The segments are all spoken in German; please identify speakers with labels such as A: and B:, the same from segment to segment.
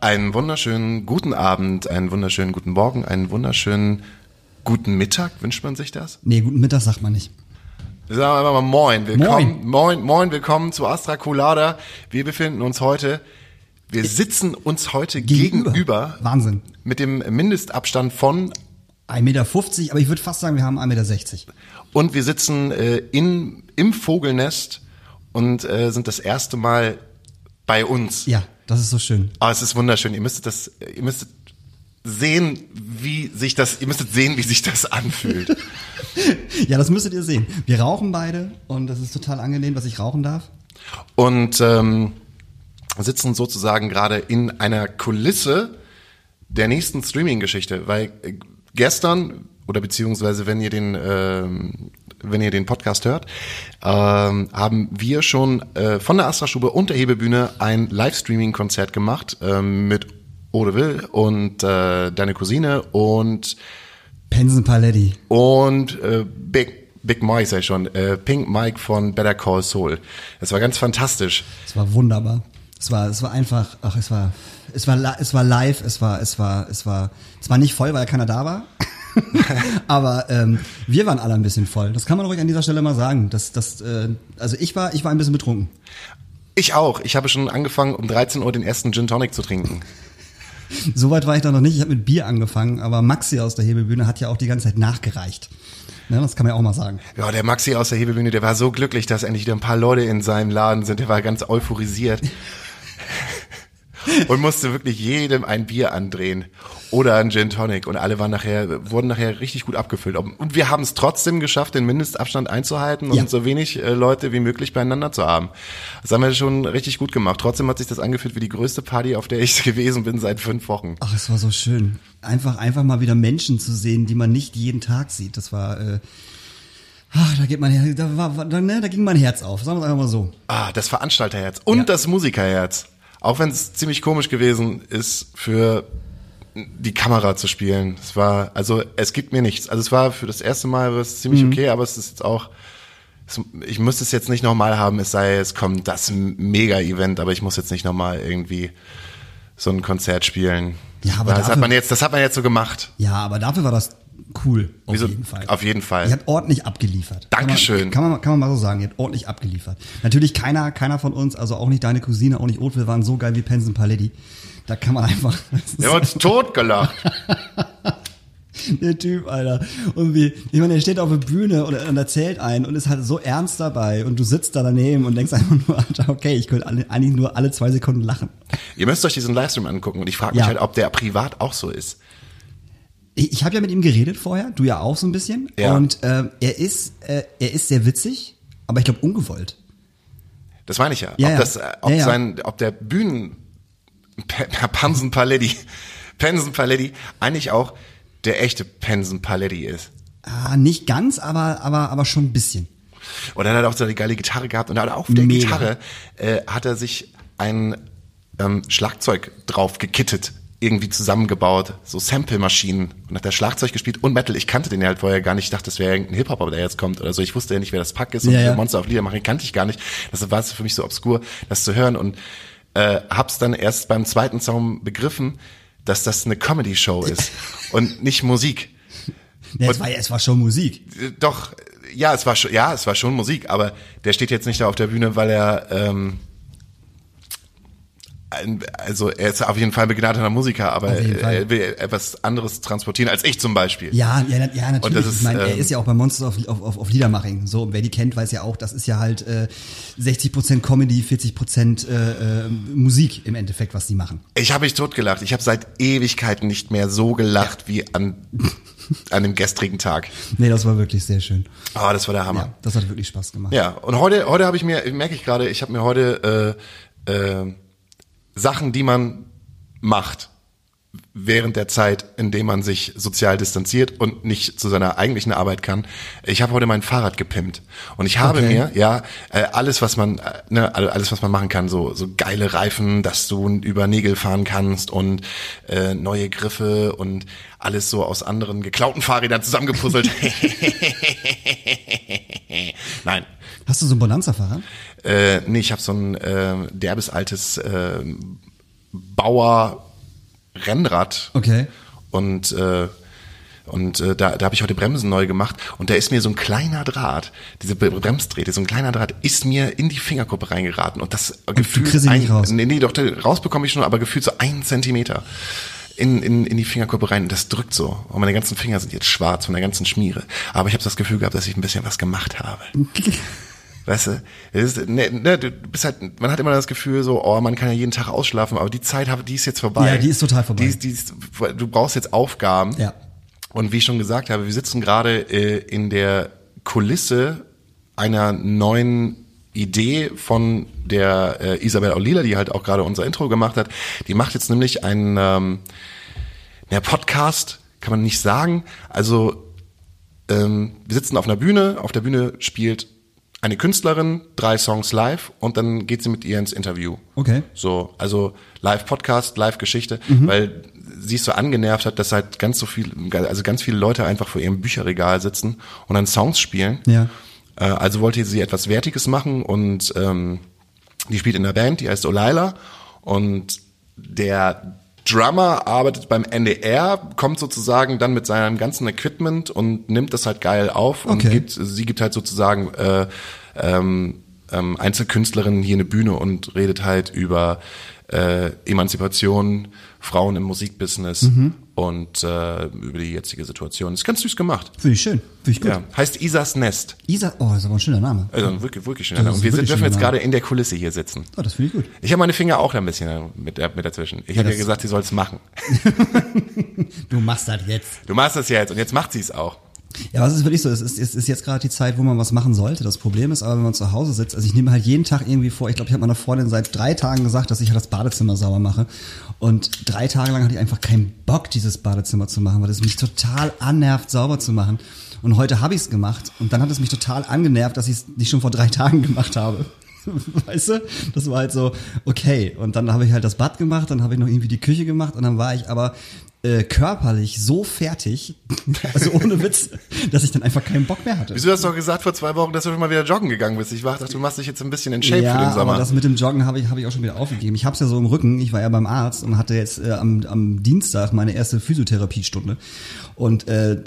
A: Einen wunderschönen guten Abend, einen wunderschönen guten Morgen, einen wunderschönen guten Mittag. Wünscht man sich das?
B: Nee, guten Mittag sagt man nicht.
A: Sagen wir einfach mal Moin. Willkommen, moin, moin, willkommen zu Astra Colada. Wir befinden uns heute, wir sitzen uns heute gegenüber,
B: Wahnsinn.
A: mit dem Mindestabstand von
B: 1,50 Meter, aber ich würde fast sagen, wir haben 1,60 Meter.
A: und wir sitzen äh, in, im Vogelnest und äh, sind das erste Mal bei uns.
B: Ja, das ist so schön.
A: Aber es ist wunderschön. Ihr müsstet das, ihr müsstet sehen, wie sich das, ihr müsstet sehen, wie sich das anfühlt.
B: Ja, das müsstet ihr sehen. Wir rauchen beide und das ist total angenehm, dass ich rauchen darf.
A: und ähm, sitzen sozusagen gerade in einer Kulisse der nächsten Streaming-Geschichte, weil äh, gestern oder beziehungsweise wenn ihr den ähm, wenn ihr den Podcast hört, ähm, haben wir schon äh, von der Astra-Stube und der Hebebühne ein Livestreaming-Konzert gemacht ähm, mit Odeville und äh, deine Cousine und
B: Pensen Paletti.
A: und äh, Big Big Mike sei schon äh, Pink Mike von Better Call Saul. Das war ganz fantastisch.
B: Es war wunderbar. Es war, es war einfach, ach, es war, es war, li- es war live, es war, es war, es war, es war nicht voll, weil keiner da war. Aber ähm, wir waren alle ein bisschen voll. Das kann man ruhig an dieser Stelle mal sagen. Das, das, äh, also ich war, ich war ein bisschen betrunken.
A: Ich auch. Ich habe schon angefangen, um 13 Uhr den ersten Gin Tonic zu trinken.
B: Soweit war ich da noch nicht. Ich habe mit Bier angefangen, aber Maxi aus der Hebebühne hat ja auch die ganze Zeit nachgereicht. Ne, das kann man ja auch mal sagen.
A: Ja, der Maxi aus der Hebebühne, der war so glücklich, dass endlich wieder ein paar Leute in seinem Laden sind. Der war ganz euphorisiert. Und musste wirklich jedem ein Bier andrehen oder ein Gin Tonic. Und alle waren nachher, wurden nachher richtig gut abgefüllt. Und wir haben es trotzdem geschafft, den Mindestabstand einzuhalten und
B: Ja.
A: so wenig äh, Leute wie möglich beieinander zu haben. Das haben wir schon richtig gut gemacht. Trotzdem hat sich das angefühlt wie die größte Party, auf der ich gewesen bin seit fünf Wochen.
B: Ach, es war so schön. Einfach, einfach mal wieder Menschen zu sehen, die man nicht jeden Tag sieht. Das war, äh, ach, da geht mein Herz, da, war, war- da, ne, da ging mein Herz auf. Sagen wir es einfach mal so.
A: Ah, das Veranstalterherz und
B: Ja.
A: das Musikerherz. Auch wenn es ziemlich komisch gewesen ist, für die Kamera zu spielen. Es war, also es gibt mir nichts. Also es war für das erste Mal war es
B: Mhm.
A: ziemlich okay, aber es ist jetzt auch, es, ich müsste es jetzt nicht nochmal haben, es sei, es kommt das Mega-Event, aber ich muss jetzt nicht nochmal irgendwie so ein Konzert spielen.
B: Ja, aber
A: das hat
B: dafür-
A: man jetzt, das hat man jetzt so gemacht.
B: Ja, aber dafür war das cool. Auf
A: Wieso?
B: jeden Fall.
A: Auf jeden Fall.
B: Ihr habt ordentlich abgeliefert.
A: Dankeschön.
B: Kann man, kann, man, kann man mal so sagen, ihr habt ordentlich abgeliefert. Natürlich keiner, keiner von uns, also auch nicht deine Cousine, auch nicht Otville, waren so geil wie Pensen Paletti. Da kann man einfach.
A: Wir haben uns totgelacht.
B: Der Typ, Alter. Und wie, ich meine, der steht auf der Bühne und, und erzählt einen und ist halt so ernst dabei und du sitzt da daneben und denkst einfach nur, Alter, okay, ich könnte alle, eigentlich nur alle zwei Sekunden lachen.
A: Ihr müsst euch diesen Livestream angucken und ich frage mich
B: Ja.
A: halt, ob der privat auch so ist.
B: Ich, ich habe ja mit ihm geredet vorher, du ja auch so ein bisschen.
A: Ja.
B: Und äh, er ist, äh, er ist sehr witzig, aber ich glaube ungewollt.
A: Das meine ich ja.
B: Ja,
A: ob,
B: ja.
A: das, äh, ob,
B: Ja, ja.
A: Sein, ob der Bühnen Pe- Herr Pansen Paletti, Pensen Paletti eigentlich auch der echte Pensen Paletti ist.
B: Ah, nicht ganz, aber, aber, aber schon ein bisschen.
A: Und dann hat er auch so eine geile Gitarre gehabt und hat auf der
B: Mega.
A: Gitarre äh, hat er sich ein ähm, Schlagzeug drauf gekittet, irgendwie zusammengebaut, so Sample-Maschinen und hat da Schlagzeug gespielt und Metal. Ich kannte den ja halt vorher gar nicht, ich dachte, das wäre irgendein Hip-Hop, der jetzt kommt oder so. Ich wusste ja nicht, wer das Pack ist und
B: Ja,
A: wie
B: ja.
A: Monster auf Lieder machen, kannte ich gar nicht. Das war für mich so obskur, das zu hören und äh, hab's dann erst beim zweiten Song begriffen, dass das eine Comedy-Show ist und nicht Musik
B: Ja, es, war, es war schon Musik.
A: doch, ja, es war schon, ja, es war schon Musik, aber der steht jetzt nicht da auf der Bühne, weil er, ähm, ein- also er ist auf jeden Fall ein begnadeter Musiker, aber
B: Auf jeden Fall.
A: er will etwas anderes transportieren als ich zum Beispiel.
B: Ja, ja, na- ja natürlich.
A: das ist,
B: ich meine, er
A: ähm,
B: ist ja auch bei Monsters auf, auf, auf, auf Liedermaching. So, und wer die kennt, weiß ja auch, das ist ja halt äh, 60% Comedy, 40% äh, äh, Musik im Endeffekt, was die machen.
A: Ich habe mich totgelacht. Ich habe seit Ewigkeiten nicht mehr so gelacht wie an, an dem gestrigen Tag.
B: Nee, das war wirklich sehr schön.
A: Ah, das war der Hammer.
B: Ja, das hat wirklich Spaß gemacht.
A: Ja, und heute, heute habe ich mir, merke ich gerade, ich habe mir heute äh, äh, Sachen, die man macht während der Zeit, in der man sich sozial distanziert und nicht zu seiner eigentlichen Arbeit kann. Ich habe heute mein Fahrrad gepimpt und ich habe
B: Okay.
A: mir ja äh, alles, was man äh, ne, all- alles, was man machen kann, so so geile Reifen, dass du über Nägel fahren kannst und äh, neue Griffe und alles so aus anderen geklauten Fahrrädern zusammengepuzzelt. Nein,
B: Hast du so einen Bonanza-Fahrer?
A: äh, nee, ich habe so ein äh, derbes altes äh, Bauer Rennrad.
B: Okay.
A: Und, äh, und äh, da, da habe ich heute Bremsen neu gemacht und da ist mir so ein kleiner Draht, diese Be- Bremsdrähte, so ein kleiner Draht, ist mir in die Fingerkuppe reingeraten und das Gefühl.
B: kriegst ihn nicht
A: ein-
B: raus.
A: Nee, nee, doch, da- raus bekomme ich schon, aber gefühlt so einen Zentimeter in, in, in die Fingerkuppe rein und das drückt so. Und meine ganzen Finger sind jetzt schwarz von der ganzen Schmiere. Aber ich habe das Gefühl gehabt, dass ich ein bisschen was gemacht habe. Weißt du, es ist, ne, ne, du bist halt, man hat immer das Gefühl so, oh, man kann ja jeden Tag ausschlafen, aber die Zeit, hab- die ist jetzt vorbei.
B: Ja, die ist total vorbei.
A: Die, ist- die ist, du brauchst jetzt Aufgaben.
B: Ja.
A: Und wie ich schon gesagt habe, wir sitzen gerade äh, in der Kulisse einer neuen Idee von der äh, Isabel Aulila, die halt auch gerade unser Intro gemacht hat. Die macht jetzt nämlich einen ähm, ja, Podcast, kann man nicht sagen. Also ähm, wir sitzen auf einer Bühne, auf der Bühne spielt eine Künstlerin drei Songs live und dann geht sie mit ihr ins Interview.
B: Okay.
A: So, also Live-Podcast, Live-Geschichte, weil sie es so angenervt hat, dass halt ganz so viel, also ganz viele Leute einfach vor ihrem Bücherregal sitzen und dann Songs spielen.
B: Ja.
A: Äh, also wollte sie etwas Wertiges machen und ähm, die spielt in einer Band, die heißt Olaila und der Drummer arbeitet beim NDR, kommt sozusagen dann mit seinem ganzen Equipment und nimmt das halt geil auf und
B: Okay.
A: gibt, sie gibt halt sozusagen äh, ähm, ähm, Einzelkünstlerinnen hier eine Bühne und redet halt über äh, Emanzipation, Frauen im Musikbusiness
B: Mhm.
A: und äh, über die jetzige Situation. Ist ganz süß gemacht.
B: Finde ich schön. Finde ich gut.
A: Ja. Heißt Isas Nest.
B: Isa, oh, ist aber ein schöner Name.
A: Also wirklich, wirklich schön.
B: Das ist
A: Und wir sind,
B: wirklich
A: dürfen
B: schön,
A: jetzt
B: ja.
A: gerade in der Kulisse hier sitzen.
B: Oh, das finde ich gut.
A: Ich habe meine Finger auch da ein bisschen mit, da- mit dazwischen. Ich habe
B: das-
A: ja gesagt, sie soll es machen.
B: Du machst das jetzt.
A: Du machst das ja jetzt und jetzt macht sie es auch.
B: Ja, was ist wirklich so? Es ist, es ist jetzt gerade die Zeit, wo man was machen sollte. Das Problem ist aber, wenn man zu Hause sitzt, also ich nehme halt jeden Tag irgendwie vor, ich glaube, ich habe meiner Freundin seit drei Tagen gesagt, dass ich halt das Badezimmer sauber mache. Und drei Tage lang hatte ich einfach keinen Bock, dieses Badezimmer zu machen, weil es mich total annervt, sauber zu machen. Und heute habe ich es gemacht und dann hat es mich total angenervt, dass ich es nicht schon vor drei Tagen gemacht habe. Weißt du, das war halt so, okay. Und dann habe ich halt das Bad gemacht, dann habe ich noch irgendwie die Küche gemacht und dann war ich aber äh, körperlich so fertig, also ohne Witz, dass ich dann einfach keinen Bock mehr hatte.
A: Wieso hast du doch gesagt vor zwei Wochen, dass du schon mal wieder joggen gegangen bist? Ich war- dachte, du machst dich jetzt ein bisschen in Shape
B: ja,
A: für den
B: aber
A: Sommer.
B: das mit dem Joggen habe ich, habe ich auch schon wieder aufgegeben. Ich habe es ja so im Rücken. Ich war ja beim Arzt und hatte jetzt äh, am, am Dienstag meine erste Physiotherapiestunde. Und äh,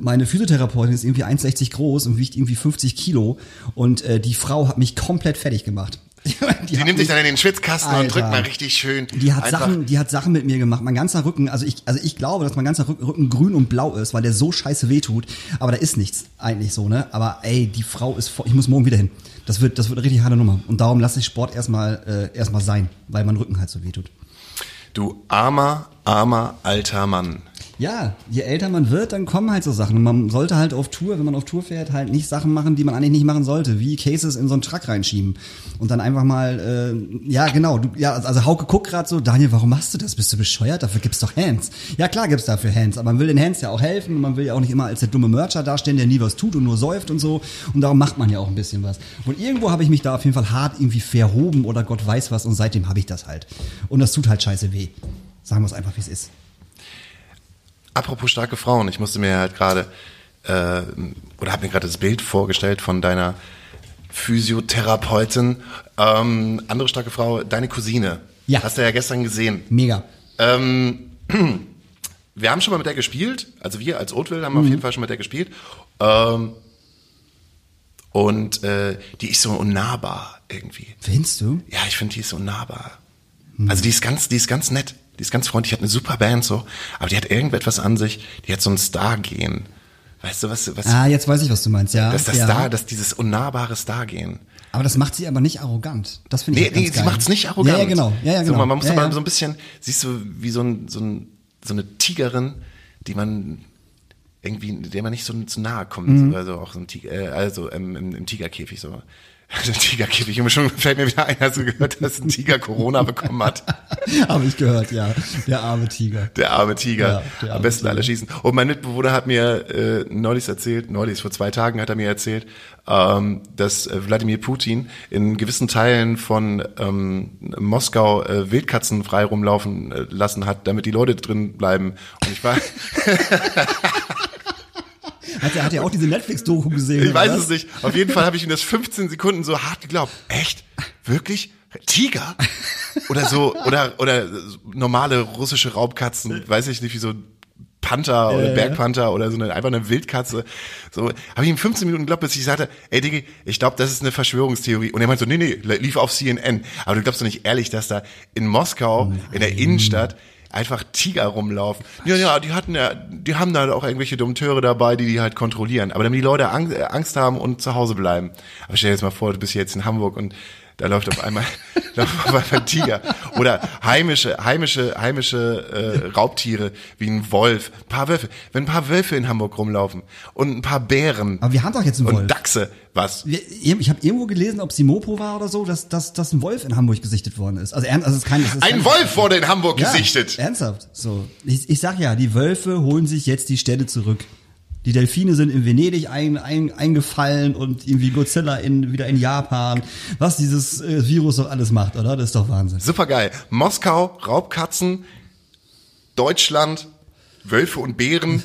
B: meine Physiotherapeutin ist irgendwie 1,60 groß und wiegt irgendwie 50 Kilo. Und äh, die Frau hat mich komplett fertig gemacht. Die,
A: Die
B: hat
A: nimmt dich
B: mich-
A: dann in den Schwitzkasten und
B: Alter.
A: drückt mal richtig schön.
B: Die hat
A: einfach-
B: Sachen, die hat Sachen mit mir gemacht. Mein ganzer Rücken, also ich, also ich glaube, dass mein ganzer Rücken, Rücken grün und blau ist, weil der so scheiße wehtut. Aber da ist nichts eigentlich so, ne? Aber ey, die Frau ist voll, ich muss morgen wieder hin. Das wird, das wird eine richtig harte Nummer. Und darum lasse ich Sport erstmal, äh, erstmal sein, weil mein Rücken halt so wehtut.
A: Du armer, armer, alter Mann.
B: Ja, je älter man wird, dann kommen halt so Sachen. Und man sollte halt auf Tour, wenn man auf Tour fährt, halt nicht Sachen machen, die man eigentlich nicht machen sollte, wie Cases in so einen Truck reinschieben. Und dann einfach mal, äh, ja genau, du, ja, also Hauke guckt gerade so, Daniel, warum machst du das? Bist du bescheuert? Dafür gibt's doch Hands. Ja klar gibt's dafür Hands, aber man will den Hands ja auch helfen und man will ja auch nicht immer als der dumme Mercher dastehen, der nie was tut und nur säuft und so. Und darum macht man ja auch ein bisschen was. Und irgendwo habe ich mich da auf jeden Fall hart irgendwie verhoben oder Gott weiß was und seitdem habe ich das halt. Und das tut halt scheiße weh. Sagen wir es einfach, wie es ist.
A: Apropos starke Frauen, ich musste mir halt gerade, äh, oder habe mir gerade das Bild vorgestellt von deiner Physiotherapeutin. Ähm, andere starke Frau, deine Cousine.
B: Ja.
A: Hast du ja gestern gesehen.
B: Mega.
A: Ähm, wir haben schon mal mit der gespielt, also wir als Oatville haben auf jeden Fall schon mit der gespielt. Ähm, und äh, die ist so unnahbar irgendwie.
B: Findest du?
A: Ja, ich finde, die ist unnahbar. Also die ist ganz, die ist ganz nett, die ist ganz freundlich, hat eine super Band so, aber die hat irgendetwas an sich, die hat so ein Star-Gen. Weißt du, was, was
B: Ah, jetzt weiß ich, was du meinst, ja.
A: dass das
B: ja.
A: Star, dass dieses unnahbare Star-Gen.
B: aber das macht sie aber nicht arrogant. Das finde ich
A: Nee,
B: halt ganz
A: nee, sie
B: geil.
A: macht's nicht arrogant.
B: Ja, ja genau. Ja, ja,
A: So,
B: genau.
A: man, man muss
B: ja,
A: aber
B: ja.
A: so ein bisschen, siehst du, wie so, ein, so, ein, so eine Tigerin, die man irgendwie, der man nicht so zu nahe kommt.
B: Mhm.
A: Also auch so ein Tiger, äh, also im, im, im Tigerkäfig so. Also im Tigerkäfig, Junge, schon fällt mir wieder ein, hast du gehört, dass ein Tiger Corona bekommen hat.
B: Habe ich gehört, ja. Der arme Tiger.
A: Der arme Tiger.
B: Ja, der
A: Am
B: arme
A: besten
B: Tiger.
A: alle schießen. Und mein Mitbewohner hat mir äh, neulich erzählt, neulich, vor zwei Tagen hat er mir erzählt, ähm, dass äh, Wladimir Putin in gewissen Teilen von ähm, Moskau äh, Wildkatzen frei rumlaufen äh, lassen hat, damit die Leute drin bleiben. Und ich war,
B: Hat er hat ja auch diese Netflix-Doku gesehen.
A: ich
B: oder
A: weiß
B: was?
A: es nicht. Auf jeden Fall habe ich ihm das 15 Sekunden so hart geglaubt. Echt? Wirklich? Tiger? Oder so, oder, oder äh, normale russische Raubkatzen, weiß ich nicht, wie so ein Panther oder
B: ja.
A: Bergpanther oder so eine, einfach eine Wildkatze. So, habe ich ihm 15 Minuten geglaubt, bis ich sagte, ey Diggi, ich glaube, das ist eine Verschwörungstheorie. Und er meinte so, nee, nee, lief auf CNN. Aber du glaubst doch nicht ehrlich, dass da in Moskau, in der Innenstadt, einfach Tiger rumlaufen. Ja, ja, die hatten ja, die haben da auch irgendwelche Dompteure dabei, die die halt kontrollieren. Aber damit die Leute Angst, äh, Angst haben und zu Hause bleiben. Aber stell dir jetzt mal vor, du bist hier jetzt in Hamburg und da läuft auf einmal, läuft auf einmal ein Tiger. Oder heimische, heimische, heimische äh, Raubtiere wie ein Wolf. Ein paar Wölfe. Wenn ein paar Wölfe in Hamburg rumlaufen und ein paar Bären
B: Aber wir haben doch jetzt einen
A: und
B: Wolf.
A: Dachse, was?
B: Wir- Ich habe irgendwo gelesen, ob es die Mopo war oder so, dass, dass, dass ein Wolf in Hamburg gesichtet worden ist. Also, ernst- also es ist kein, es ist
A: Ein
B: kein-
A: Wolf wurde in Hamburg
B: Ja,
A: gesichtet.
B: Ernsthaft. So, ich, ich sag ja, die Wölfe holen sich jetzt die Städte zurück. Die Delfine sind in Venedig ein, ein, eingefallen und irgendwie Godzilla in, wieder in Japan. Was dieses äh, Virus doch alles macht, oder? Das ist doch Wahnsinn.
A: Super geil. Moskau, Raubkatzen, Deutschland, Wölfe und Bären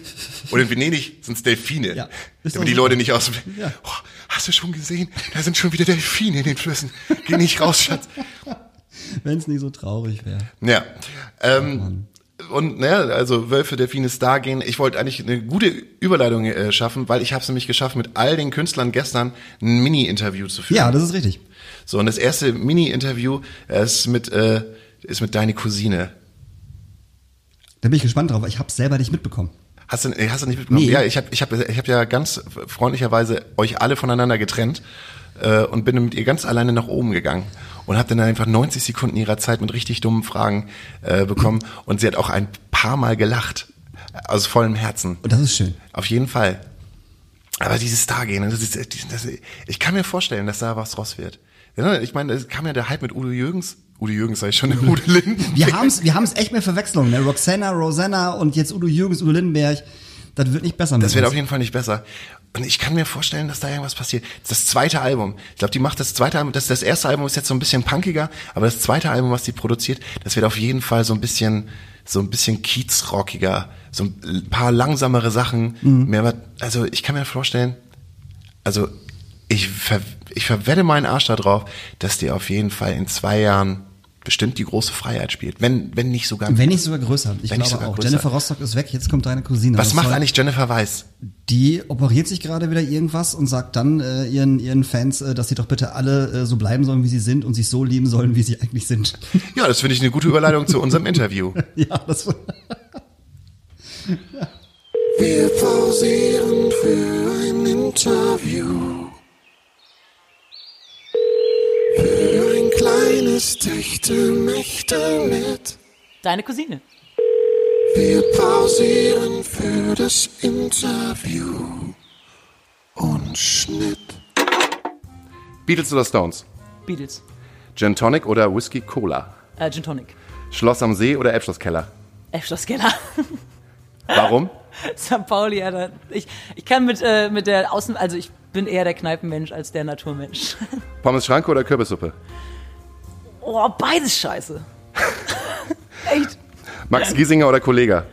A: und in Venedig sind's Delfine.
B: Ja, ist doch
A: damit die
B: super.
A: Leute nicht aus.
B: Ja.
A: Oh, hast du schon gesehen? Da sind schon wieder Delfine in den Flüssen. Geh nicht raus, Schatz.
B: Wenn es nicht so traurig wäre.
A: Ja. Ähm, und naja, also Wölfe, Delfine, Star gehen. Ich wollte eigentlich eine gute Überleitung äh, schaffen, weil ich habe es nämlich geschafft, mit all den Künstlern gestern ein Mini-Interview zu führen.
B: Ja, das ist richtig.
A: So, und das erste Mini-Interview äh, ist mit, äh, ist mit deine Cousine.
B: Da bin ich gespannt drauf. weil Ich hab's selber nicht mitbekommen.
A: Hast du, äh, hast du nicht mitbekommen?
B: Nee.
A: Ja, ich habe ich hab, ich hab ja ganz freundlicherweise euch alle voneinander getrennt äh, und bin mit ihr ganz alleine nach oben gegangen und habe dann einfach 90 Sekunden ihrer Zeit mit richtig dummen Fragen äh, bekommen und sie hat auch ein paar Mal gelacht. Aus vollem Herzen.
B: Und das ist schön.
A: Auf jeden Fall. Aber dieses Stargehen, das ist, das, ich kann mir vorstellen, dass da was draus wird. Ja, Ich meine, es kam ja der Hype mit Udo Jürgens. Udo Jürgens sag ich schon, Udo Linden.
B: Wir haben's, wir haben's echt mit Verwechslungen. Ne? Roxana, Rosanna und jetzt Udo Jürgens, Udo Lindenberg. Das wird nicht besser mit
A: Das wird
B: uns.
A: auf jeden Fall nicht besser. Und ich kann mir vorstellen, dass da irgendwas passiert. Das zweite Album. Ich glaube, die macht das zweite Album. Das, das erste Album ist jetzt so ein bisschen punkiger, aber das zweite Album, was die produziert, das wird auf jeden Fall so ein bisschen, so ein bisschen kiezrockiger. So ein paar langsamere Sachen.
B: Mhm.
A: Mehr, was- also ich kann mir vorstellen, also ich, ver, ich verwette meinen Arsch darauf, dass die auf jeden Fall in zwei Jahren bestimmt die große Freiheit spielt. Wenn, wenn nicht sogar.
B: Wenn nicht sogar größer. Ich
A: Wenn nicht
B: glaube
A: sogar
B: auch.
A: größer.
B: Jennifer Rostock ist weg, jetzt kommt deine Cousine.
A: was
B: Das
A: macht
B: soll-
A: eigentlich Jennifer Weiss?
B: Die operiert sich gerade wieder irgendwas und sagt dann äh, ihren, ihren Fans, äh, dass sie doch bitte alle äh, so bleiben sollen, wie sie sind und sich so lieben sollen, wie sie eigentlich sind.
A: Ja, das finde ich eine gute Überleitung zu unserem Interview.
B: ja, das
C: Wir pausieren für ein Interview. Für ein kleines Dichte Mächte mit.
D: Deine Cousine.
C: Wir pausieren für das Interview. Und Schnitt.
E: Beatles oder Stones?
D: Beatles.
E: Gin Tonic oder Whisky Cola?
D: Äh, Gin Tonic.
E: Schloss am See oder Elbschlosskeller?
D: F-Schlosskeller.
E: Warum?
D: St. Pauli, Alter. Ich, ich kann mit, äh, mit der Außen... Also ich bin eher der Kneipenmensch als der Naturmensch.
E: Pommes Schranke oder Kürbissuppe?
D: Oh, beides scheiße. Echt.
E: Max Giesinger oder Kollega?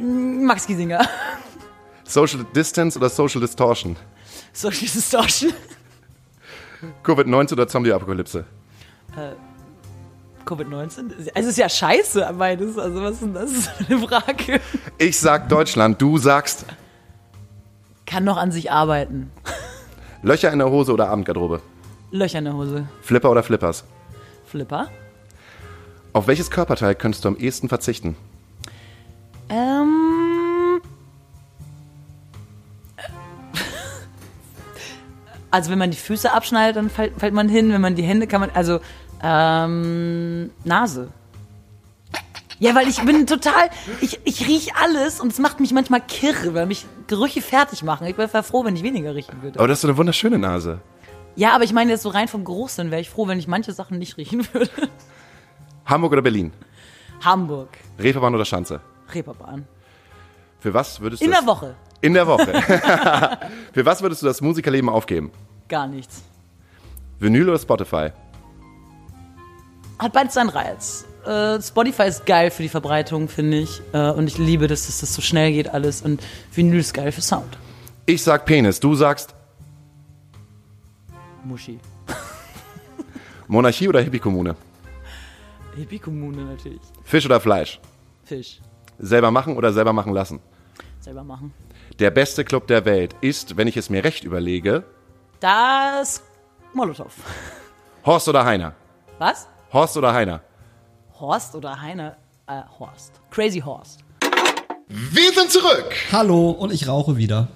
D: Max Giesinger.
E: Social Distance oder Social Distortion?
D: Social Distortion.
E: Covid-19 oder Zombie-Apokalypse?
D: Covid-19. Also, Es ist ja scheiße, meines. Also was ist denn das für eine Frage?
E: Ich sag Deutschland, du sagst
D: Kann noch an sich arbeiten.
E: Löcher in der Hose oder Abendgarderobe?
D: Löcher in der Hose.
E: Flipper oder Flippers?
D: Flipper.
E: Auf welches Körperteil könntest du am ehesten verzichten?
D: Ähm. Also wenn man die Füße abschneidet, dann fällt, fällt man hin. Wenn man die Hände kann man. Also, ähm, Nase. Ja, weil ich bin total. Ich, ich riech alles und es macht mich manchmal kirre, weil mich Gerüche fertig machen. Ich wäre froh, wenn ich weniger riechen würde.
E: Aber Oh, das ist so eine wunderschöne Nase.
D: Ja, aber ich meine jetzt so rein vom Großen wäre ich froh, wenn ich manche Sachen nicht riechen würde.
E: Hamburg oder Berlin?
D: Hamburg,
E: Reeperbahn oder Schanze?
D: Reeperbahn.
E: Für was würdest du
D: In der
E: das-
D: Woche.
E: In der Woche. Für was würdest du das Musikerleben aufgeben?
D: Gar nichts.
E: Vinyl oder Spotify?
D: hat beides seinen Reiz. Äh, Spotify ist geil für die Verbreitung, finde ich. Äh, und ich liebe, dass das, das so schnell geht alles. Und Vinyl ist geil für Sound.
E: Ich sag Penis, du sagst
D: Muschi.
E: Monarchie oder Hippie-Kommune?
D: Hippie-Kommune natürlich.
E: Fisch oder Fleisch?
D: Fisch.
E: Selber machen oder selber machen lassen?
D: Selber machen.
E: Der beste Club der Welt ist, wenn ich es mir recht überlege,
D: Das Molotow.
E: Horst oder Heiner?
D: Was?
E: Horst oder Heiner?
D: Horst oder Heine? Äh, Horst. Crazy Horst.
A: Wir sind zurück!
B: Hallo und ich rauche wieder.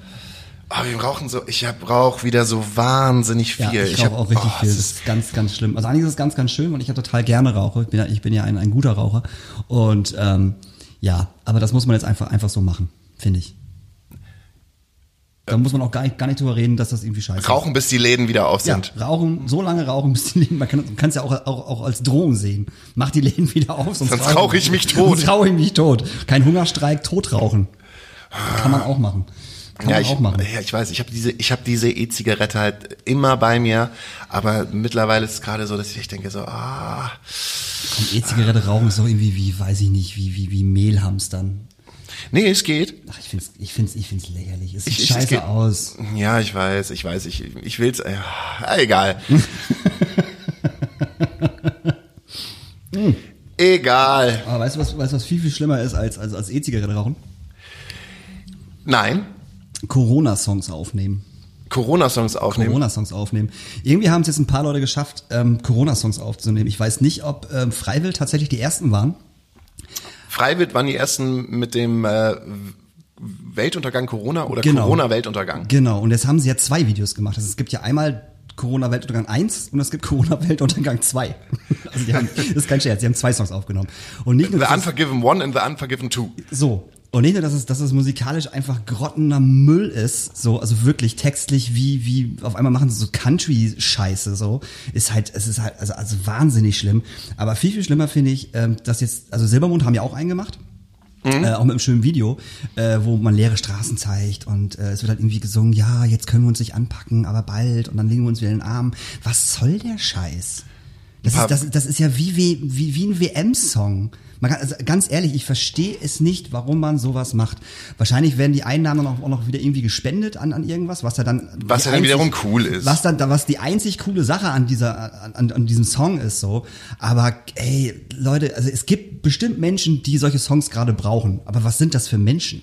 A: Aber wir brauchen so, ich hab, rauch wieder so wahnsinnig viel.
B: Ja, ich,
A: hab-
B: rauche auch richtig
A: oh,
B: viel.
A: es
B: Das
A: ist-
B: ist ganz, ganz schlimm. Also eigentlich ist es ganz, ganz schön, weil ich ja total gerne rauche. Ich bin ja, ich bin ja ein, ein guter Raucher. Und ähm, ja, aber das muss man jetzt einfach, einfach so machen, finde ich. Da muss man auch gar nicht, gar nicht drüber reden, dass das irgendwie scheiße
A: Äh, Rauchen, bis die Läden wieder auf
B: ist. Ja,
A: sind.
B: rauchen, so lange rauchen, bis die Läden, man kann es ja auch, auch, auch als Drohung sehen. Mach die Läden wieder auf, sonst,
A: Sonst
B: rauchen-
A: rauche ich mich tot.
B: Sonst rauche ich mich tot. Kein Hungerstreik, tot rauchen. Kann man auch machen. Kann
A: ja,
B: man
A: ich,
B: auch machen.
A: ja, ich weiß, ich habe diese, ich habe diese E-Zigarette halt immer bei mir, aber mittlerweile ist es gerade so, dass ich echt denke so, ah,
B: Und E-Zigarette rauchen ist doch irgendwie wie, weiß ich nicht, wie, wie, wie Mehl hamstern.
A: nee, es geht.
B: Ach, ich find's, ich find's, ich find's lächerlich. Es sieht
A: Ich- ich- es
B: scheiße
A: geht-
B: aus.
A: Ja, ich weiß, ich weiß, ich, ich will's, äh, egal. egal.
B: Aber weißt du, was, weißt du, was viel, viel schlimmer ist als, als, als E-Zigarette rauchen?
A: Nein,
B: Corona-Songs aufnehmen.
A: Corona-Songs aufnehmen.
B: Corona-Songs aufnehmen. Irgendwie haben es jetzt ein paar Leute geschafft, ähm, Corona-Songs aufzunehmen. Ich weiß nicht, ob ähm, Freiwill tatsächlich die ersten waren.
A: Freiwild waren die ersten mit dem äh, Weltuntergang Corona oder
B: Genau.
A: Corona-Weltuntergang.
B: Genau. Und jetzt haben sie ja zwei Videos gemacht. Also es gibt ja einmal Corona-Weltuntergang 1 und es gibt Corona-Weltuntergang 2. Also die haben, das ist kein Scherz, sie haben zwei Songs aufgenommen. Und nicht nur,
A: The
B: dass es-
A: Unforgiven One and The Unforgiven Two.
B: So. Und nicht nur, dass es, dass es musikalisch einfach grottener Müll ist, so, also wirklich textlich wie, wie, auf einmal machen sie so Country-Scheiße, so, ist halt, es ist halt, also, also wahnsinnig schlimm. Aber viel, viel schlimmer finde ich, ähm, dass jetzt, also Silbermond haben ja auch einen gemacht. Äh, auch mit einem schönen Video, äh, wo man leere Straßen zeigt und äh, es wird halt irgendwie gesungen, ja, jetzt können wir uns nicht anpacken, aber bald und dann legen wir uns wieder in den Arm. Was soll der Scheiß? Das ist,
A: Paar-
B: das, das ist ja wie, wie, wie, wie ein WM-Song. Man kann, also ganz ehrlich, ich verstehe es nicht, warum man sowas macht. Wahrscheinlich werden die Einnahmen dann auch, auch noch wieder irgendwie gespendet an, an irgendwas, was ja dann
A: Was
B: die
A: ja dann wiederum cool ist.
B: Was dann, was die einzig coole Sache an dieser an- an, an diesem Song ist so. Aber ey, Leute, also es gibt bestimmt Menschen, die solche Songs gerade brauchen. Aber was sind das für Menschen?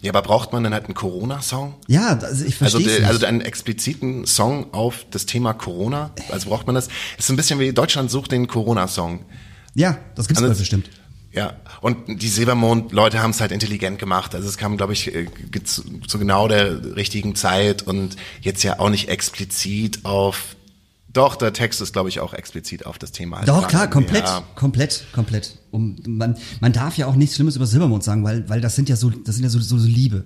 A: Ja, aber braucht man dann halt einen Corona-Song?
B: Ja, also ich
A: Also,
B: verstehe
A: der-
B: nicht.
A: also einen expliziten Song auf das Thema Corona? Also braucht man das? Ist so ein bisschen wie Deutschland sucht den Corona-Song.
B: ja, das gibt's
A: Also
B: also,
A: es-
B: bestimmt.
A: Ja, und die Silbermond-Leute haben es halt intelligent gemacht. Also es kam, glaube ich, äh, ge- zu, zu genau der richtigen Zeit und jetzt ja auch nicht explizit auf. Doch, der Text ist, glaube ich, auch explizit auf das Thema.
B: Doch, klar, komplett,
A: Ja.
B: komplett, komplett. Um, man, man darf ja auch nichts Schlimmes über Silbermond sagen, weil, weil das sind ja so, das sind ja so, so, so Liebe.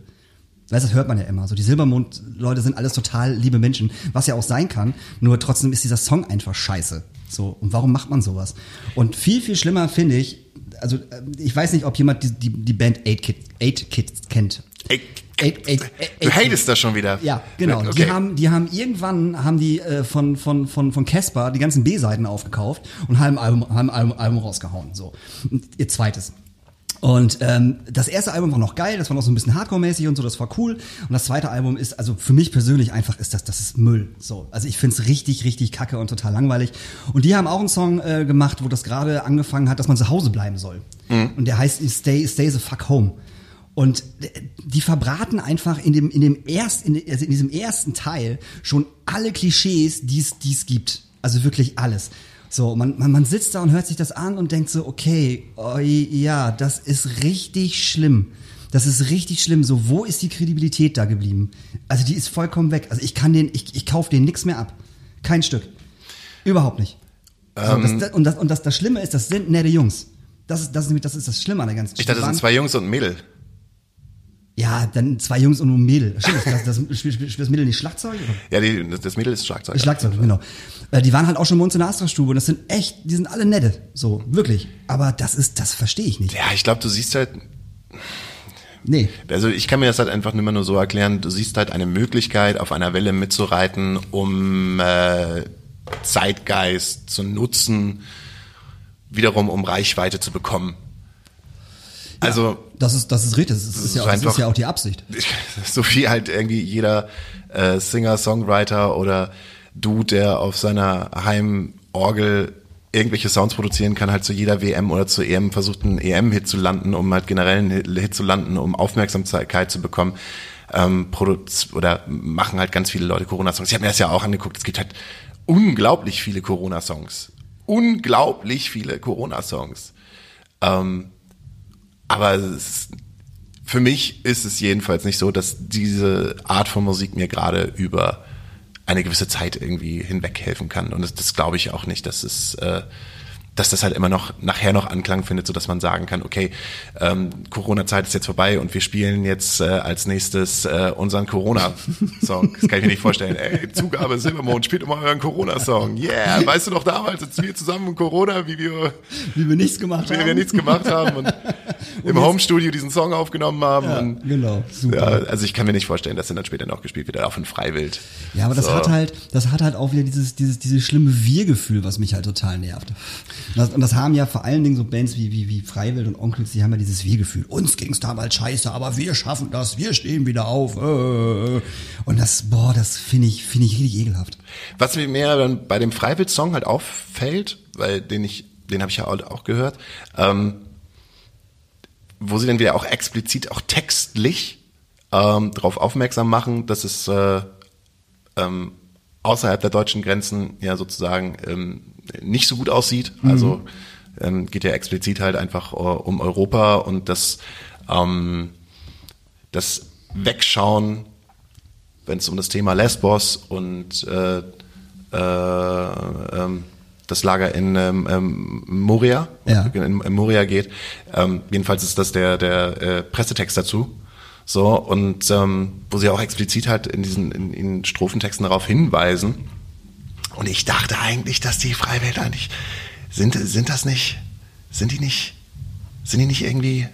B: Weißt du, das hört man ja immer. So, die Silbermond-Leute sind alles total liebe Menschen, was ja auch sein kann. Nur trotzdem ist dieser Song einfach scheiße. So, und warum macht man sowas? Und viel, viel schlimmer finde ich, also, äh, ich weiß nicht, ob jemand die, die, die Band Eight Kids, Eight Kids kennt.
A: Ey,
B: Eight, eight, eight,
A: du
B: Kids.
A: hatest das schon wieder.
B: Ja, genau.
A: Okay.
B: Die haben, die haben irgendwann haben die äh, von von von von Casper die ganzen B-Seiten aufgekauft und haben ein Album, haben ein Album, Album rausgehauen. So Und ihr zweites. Und ähm, das erste Album war noch geil, das war noch so ein bisschen Hardcore-mäßig und so, das war cool. Und das zweite Album ist, also für mich persönlich einfach ist das, das ist Müll. So, also ich find's richtig, richtig kacke und total langweilig. Und die haben auch einen Song äh, gemacht, wo das gerade angefangen hat, dass man zu Hause bleiben soll. Und der heißt Stay, Stay the Fuck Home. Und die verbraten einfach in dem in dem erst in, also in diesem ersten Teil schon alle Klischees, die es die es gibt. Also wirklich alles. So, man, man, man sitzt da und hört sich das an und denkt so, okay, oi, ja, das ist richtig schlimm. Das ist richtig schlimm. So, wo ist die Kredibilität da geblieben? Also die ist vollkommen weg. Also ich kann den, ich, ich kaufe den nix mehr ab. Kein Stück. Überhaupt nicht. so,
A: Ähm.
B: das, das, und das, und das, das Schlimme ist, das sind nette Jungs. Das ist, das ist nämlich, das ist das Schlimme an der ganzen
A: Ich dachte, das
B: Waren-
A: sind zwei Jungs und ein Mädel.
B: ja, dann zwei Jungs und ein Mädel. Stimmt, das, das, das, spielt, spielt das Mädel nicht Schlagzeug? Oder?
A: Ja, die, das Mädel ist Schlagzeug.
B: Schlagzeug, genau. Äh, Die waren halt auch schon bei uns in der Astra-Stube und das sind echt, die sind alle nette. So, wirklich. Aber das ist, das verstehe ich nicht.
A: Ja, ich glaube, du siehst halt,
B: Nee.
A: also ich kann mir das halt einfach immer nur so erklären, du siehst halt eine Möglichkeit, auf einer Welle mitzureiten, um äh, Zeitgeist zu nutzen, wiederum um Reichweite zu bekommen. Also
B: Das ist, das ist richtig. Das ist,
A: Das
B: ist, ja,
A: ist
B: auch- das ist
A: einfach-
B: ja auch die Absicht.
A: so wie halt irgendwie jeder äh, Singer, Songwriter oder Dude, der auf seiner Heimorgel irgendwelche Sounds produzieren kann, halt zu jeder WM oder zur EM versucht, einen EM-Hit zu landen, um halt generell einen Hit Hit zu landen, um Aufmerksamkeit zu bekommen. Ähm, produz oder machen halt ganz viele Leute Corona-Songs. Ich habe mir das ja auch angeguckt. Es gibt halt unglaublich viele Corona-Songs. Unglaublich viele Corona-Songs. Ähm, aber es ist, für mich ist es jedenfalls nicht so, dass diese Art von Musik mir gerade über eine gewisse Zeit irgendwie hinweghelfen kann. Und das, das glaube ich auch nicht, dass es, äh, dass das halt immer noch nachher noch Anklang findet, so dass man sagen kann, okay, ähm, Corona-Zeit ist jetzt vorbei und wir spielen jetzt äh, als nächstes äh, unseren Corona-Song. Das kann ich mir nicht vorstellen. Ey, Zugabe Silbermond, spielt immer euren Corona-Song. Yeah, weißt du noch damals, als wir zusammen Corona, wie wir,
B: Wie wir nichts gemacht
A: wie
B: haben.
A: wir nichts gemacht haben und, im
B: jetzt-
A: Homestudio diesen Song aufgenommen haben.
B: Ja,
A: und
B: genau,
A: ja,
B: super.
A: also ich kann mir nicht vorstellen, dass er dann später noch gespielt wird, auch in Freiwild.
B: Ja, aber das
A: So.
B: hat halt, das hat halt auch wieder dieses, dieses, dieses schlimme Wir-Gefühl, was mich halt total nervt. Und das, und das haben ja vor allen Dingen so Bands wie, wie, wie Freiwild und Onkels, die haben ja dieses Wir-Gefühl. Uns ging's damals scheiße, aber wir schaffen das, wir stehen wieder auf. äh. Und das, boah, das finde ich, finde ich richtig ekelhaft.
A: Was mir mehr dann bei dem Freiwild-Song halt auffällt, weil den ich, den habe ich ja auch- auch gehört, ähm, wo sie dann wieder auch explizit, auch textlich ähm, darauf aufmerksam machen, dass es äh, ähm, außerhalb der deutschen Grenzen ja sozusagen ähm, nicht so gut aussieht. Also ähm, geht ja explizit halt einfach äh, um Europa und das, ähm, das Wegschauen wenn es um das Thema Lesbos und äh, äh, ähm, das Lager in ähm, ähm, Moria,
B: Ja.
A: in, in Moria geht. Ähm, jedenfalls ist das der, der äh, Pressetext dazu. So, und ähm, wo sie auch explizit halt in diesen in, in Strophentexten darauf hinweisen. Und ich dachte eigentlich, dass die Freiwilligen eigentlich. Sind, sind das nicht. Sind die nicht. Sind die nicht irgendwie.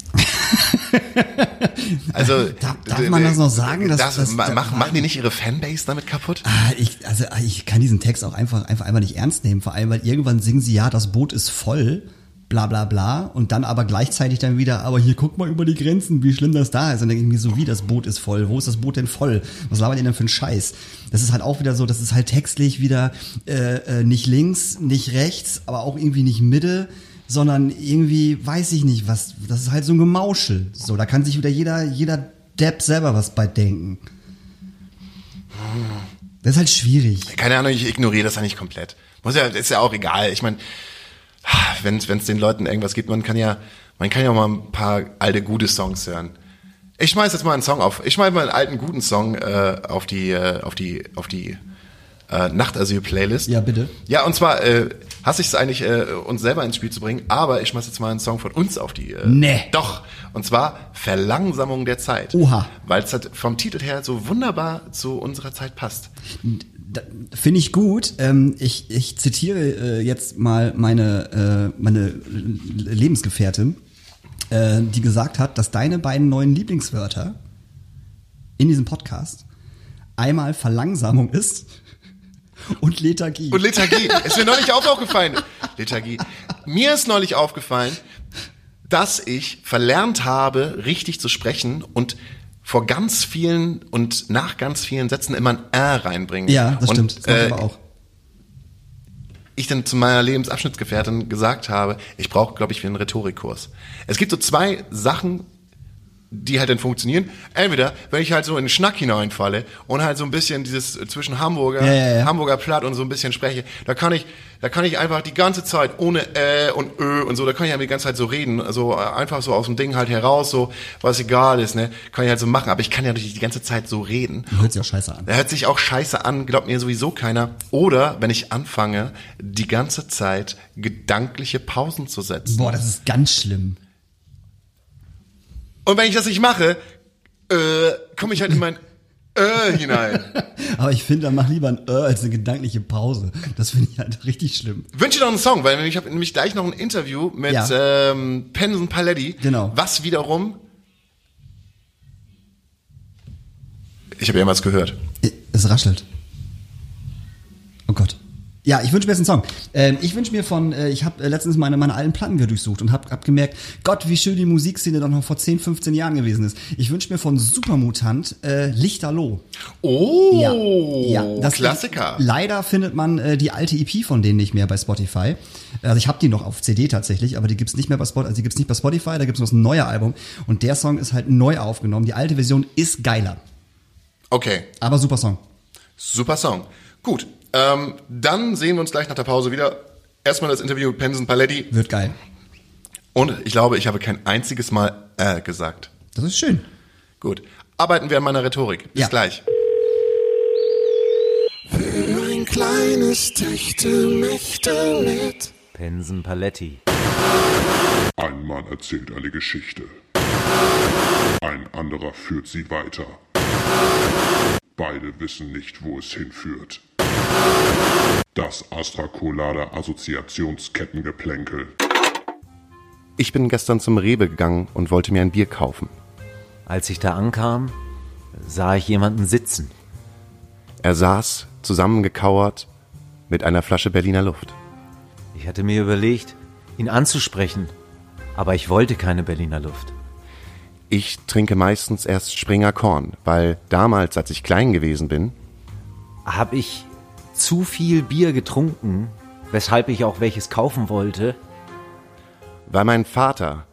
A: also.
B: Darf- darf man das noch sagen, dass-
A: Das,
B: dass-
A: ma- mach, machen die nicht ihre Fanbase damit kaputt?
B: Ah, ich, also ah, ich kann diesen Text auch einfach, einfach einmal nicht ernst nehmen, vor allem, weil irgendwann singen sie, ja, das Boot ist voll, bla bla bla, und dann aber gleichzeitig dann wieder, aber hier guck mal über die Grenzen, wie schlimm das da ist. Und dann irgendwie so, wie das Boot ist voll, wo ist das Boot denn voll? Was labert ihr denn für einen Scheiß? Das ist halt auch wieder so, das ist halt textlich wieder äh, äh, nicht links, nicht rechts, aber auch irgendwie nicht Mitte sondern irgendwie weiß ich nicht was das ist halt so ein Gemauschel so da kann sich wieder jeder jeder Depp selber was bei denken das ist halt schwierig
A: Keine Ahnung, ich ignoriere das ja nicht komplett. Muss ja, ist ja auch egal. Ich meine, wenn es den Leuten irgendwas gibt, man kann ja, man kann ja auch mal ein paar alte gute Songs hören. Ich schmeiß jetzt mal einen Song auf. Ich schmeiß mal einen alten guten Song äh, auf die, äh, auf die, auf die äh, Nachtasyl-Playlist.
B: Ja, bitte.
A: Ja, und zwar äh, hasse ich es eigentlich, äh, uns selber ins Spiel zu bringen, aber ich schmeiß jetzt mal einen Song von uns auf die. Äh,
B: Nee.
A: Doch. Und zwar Verlangsamung der Zeit.
B: Oha.
A: Weil es halt vom Titel her so wunderbar zu unserer Zeit passt.
B: Da- Finde ich gut. Ähm, ich, ich zitiere äh, jetzt mal meine, äh, meine L- L- Lebensgefährtin, äh, die gesagt hat, dass deine beiden neuen Lieblingswörter in diesem Podcast einmal Verlangsamung ist und Lethargie.
A: Und Lethargie. ist mir neulich auch aufgefallen. Lethargie. Mir ist neulich aufgefallen, dass ich verlernt habe, richtig zu sprechen und vor ganz vielen und nach ganz vielen Sätzen immer ein R reinbringen.
B: ja, das
A: und,
B: stimmt. Das mache
A: äh,
B: ich aber auch.
A: ich dann zu meiner Lebensabschnittsgefährtin gesagt habe, ich brauche, glaube ich, einen Rhetorikkurs. Es gibt so zwei Sachen, die halt dann funktionieren. Entweder, wenn ich halt so in den Schnack hineinfalle und halt so ein bisschen dieses zwischen Hamburger,
B: Ja, ja, ja.
A: Hamburger Platt und so ein bisschen spreche, da kann ich, da kann ich einfach die ganze Zeit ohne äh und ö und so, da kann ich halt die ganze Zeit so reden, so äh, einfach so aus dem Ding halt heraus, so was egal ist, ne, kann ich halt so machen. Aber ich kann ja natürlich die ganze Zeit so reden.
B: Hört sich auch scheiße an.
A: Er hört sich auch scheiße an, glaubt mir sowieso keiner. Oder wenn ich anfange, die ganze Zeit gedankliche Pausen zu setzen.
B: Boah, das ist ganz schlimm.
A: Und wenn ich das nicht mache, äh, komme ich halt in mein äh hinein.
B: Aber ich finde, dann mach lieber ein äh, als eine gedankliche Pause. Das finde ich halt richtig schlimm.
A: Wünsche dir noch einen Song, weil ich habe nämlich gleich noch ein Interview mit
B: Ja.
A: ähm, Penson Paletti.
B: Genau.
A: Was wiederum. Ich habe ja mal was gehört.
B: Es raschelt. Oh Gott. Ja, ich wünsche mir jetzt einen Song. Ähm, ich wünsche mir von, äh, ich habe äh, letztens meine, meine alten Platten wieder durchsucht und habe hab gemerkt, Gott, wie schön die Musikszene doch noch vor 10, 15 Jahren gewesen ist. Ich wünsche mir von Supermutant äh, Lichterloh.
A: Oh,
B: ja, das
A: Klassiker.
B: leider findet man äh, die alte EP von denen nicht mehr bei Spotify. Also ich habe die noch auf CD tatsächlich, aber die gibt's nicht mehr bei Spotify. Also die gibt's nicht bei Spotify, da gibt's noch ein neues Album und der Song ist halt neu aufgenommen. Die alte Version ist geiler,
A: Okay,
B: aber super Song.
A: super Song. Gut, ähm, dann sehen wir uns gleich nach der Pause wieder. Erstmal das Interview mit Penson Paletti.
B: Wird geil.
A: Und ich glaube, ich habe kein einziges Mal äh gesagt.
B: Das ist schön.
A: Gut, arbeiten wir an meiner Rhetorik. Bis
B: Ja.
A: gleich.
C: Für ein kleines Techte Mächte mit.
F: Pensen Paletti.
G: Ein Mann erzählt eine Geschichte. Ein anderer führt sie weiter. Beide wissen nicht, wo es hinführt. Das Astrakulade Assoziationskettengeplänkel.
A: Ich bin gestern zum Rewe gegangen und wollte mir ein Bier kaufen.
F: Als ich da ankam, sah ich jemanden sitzen.
A: Er saß zusammengekauert mit einer Flasche Berliner Luft.
F: Ich hatte mir überlegt, ihn anzusprechen, aber ich wollte keine Berliner Luft.
A: Ich trinke meistens erst Springer Korn, weil damals, als ich klein gewesen bin,
F: Hab ich zu viel Bier getrunken, weshalb ich auch welches kaufen wollte?
A: weil mein Vater,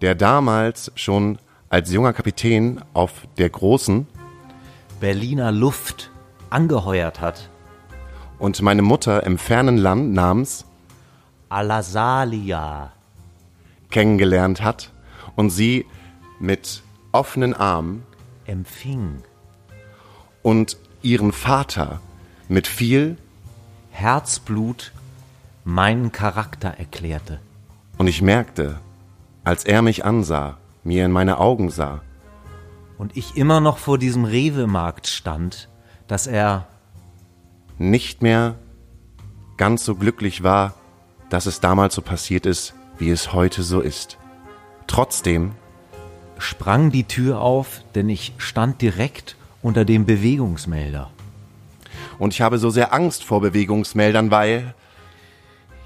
A: der damals schon als junger Kapitän auf der Großen
F: Berliner Luft angeheuert hat.
A: und meine Mutter im fernen Land namens
F: Alasalia.
A: kennengelernt hat und sie mit offenen Armen
F: empfing.
A: und ihren Vater mit viel,
F: Herzblut meinen Charakter erklärte.
A: und ich merkte, als er mich ansah, mir in meine Augen sah,
F: Und ich immer noch vor diesem Rewe-Markt stand, dass er
A: nicht mehr ganz so glücklich war, dass es damals so passiert ist, wie es heute so ist. Trotzdem
F: sprang die Tür auf, denn ich stand direkt unter dem Bewegungsmelder.
A: Und ich habe so sehr Angst vor Bewegungsmeldern, weil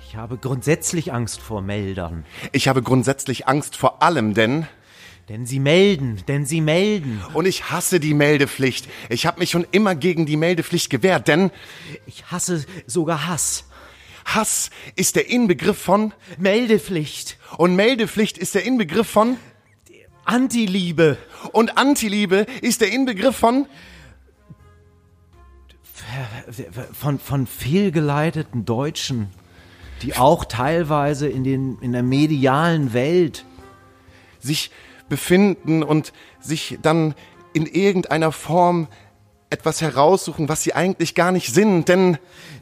F: Ich habe grundsätzlich Angst vor Meldern.
A: ich habe grundsätzlich Angst vor allem, denn
F: Denn sie melden, denn sie melden.
A: und ich hasse die Meldepflicht. Ich habe mich schon immer gegen die Meldepflicht gewehrt, denn
F: Ich hasse sogar Hass.
A: Hass ist der Inbegriff von
F: Meldepflicht.
A: und Meldepflicht ist der Inbegriff von
F: Antiliebe.
A: und Antiliebe ist der Inbegriff von
F: Von, von fehlgeleiteten Deutschen, die auch teilweise in, den, in der medialen Welt
A: sich befinden und sich dann in irgendeiner Form etwas heraussuchen, was sie eigentlich gar nicht sind, denn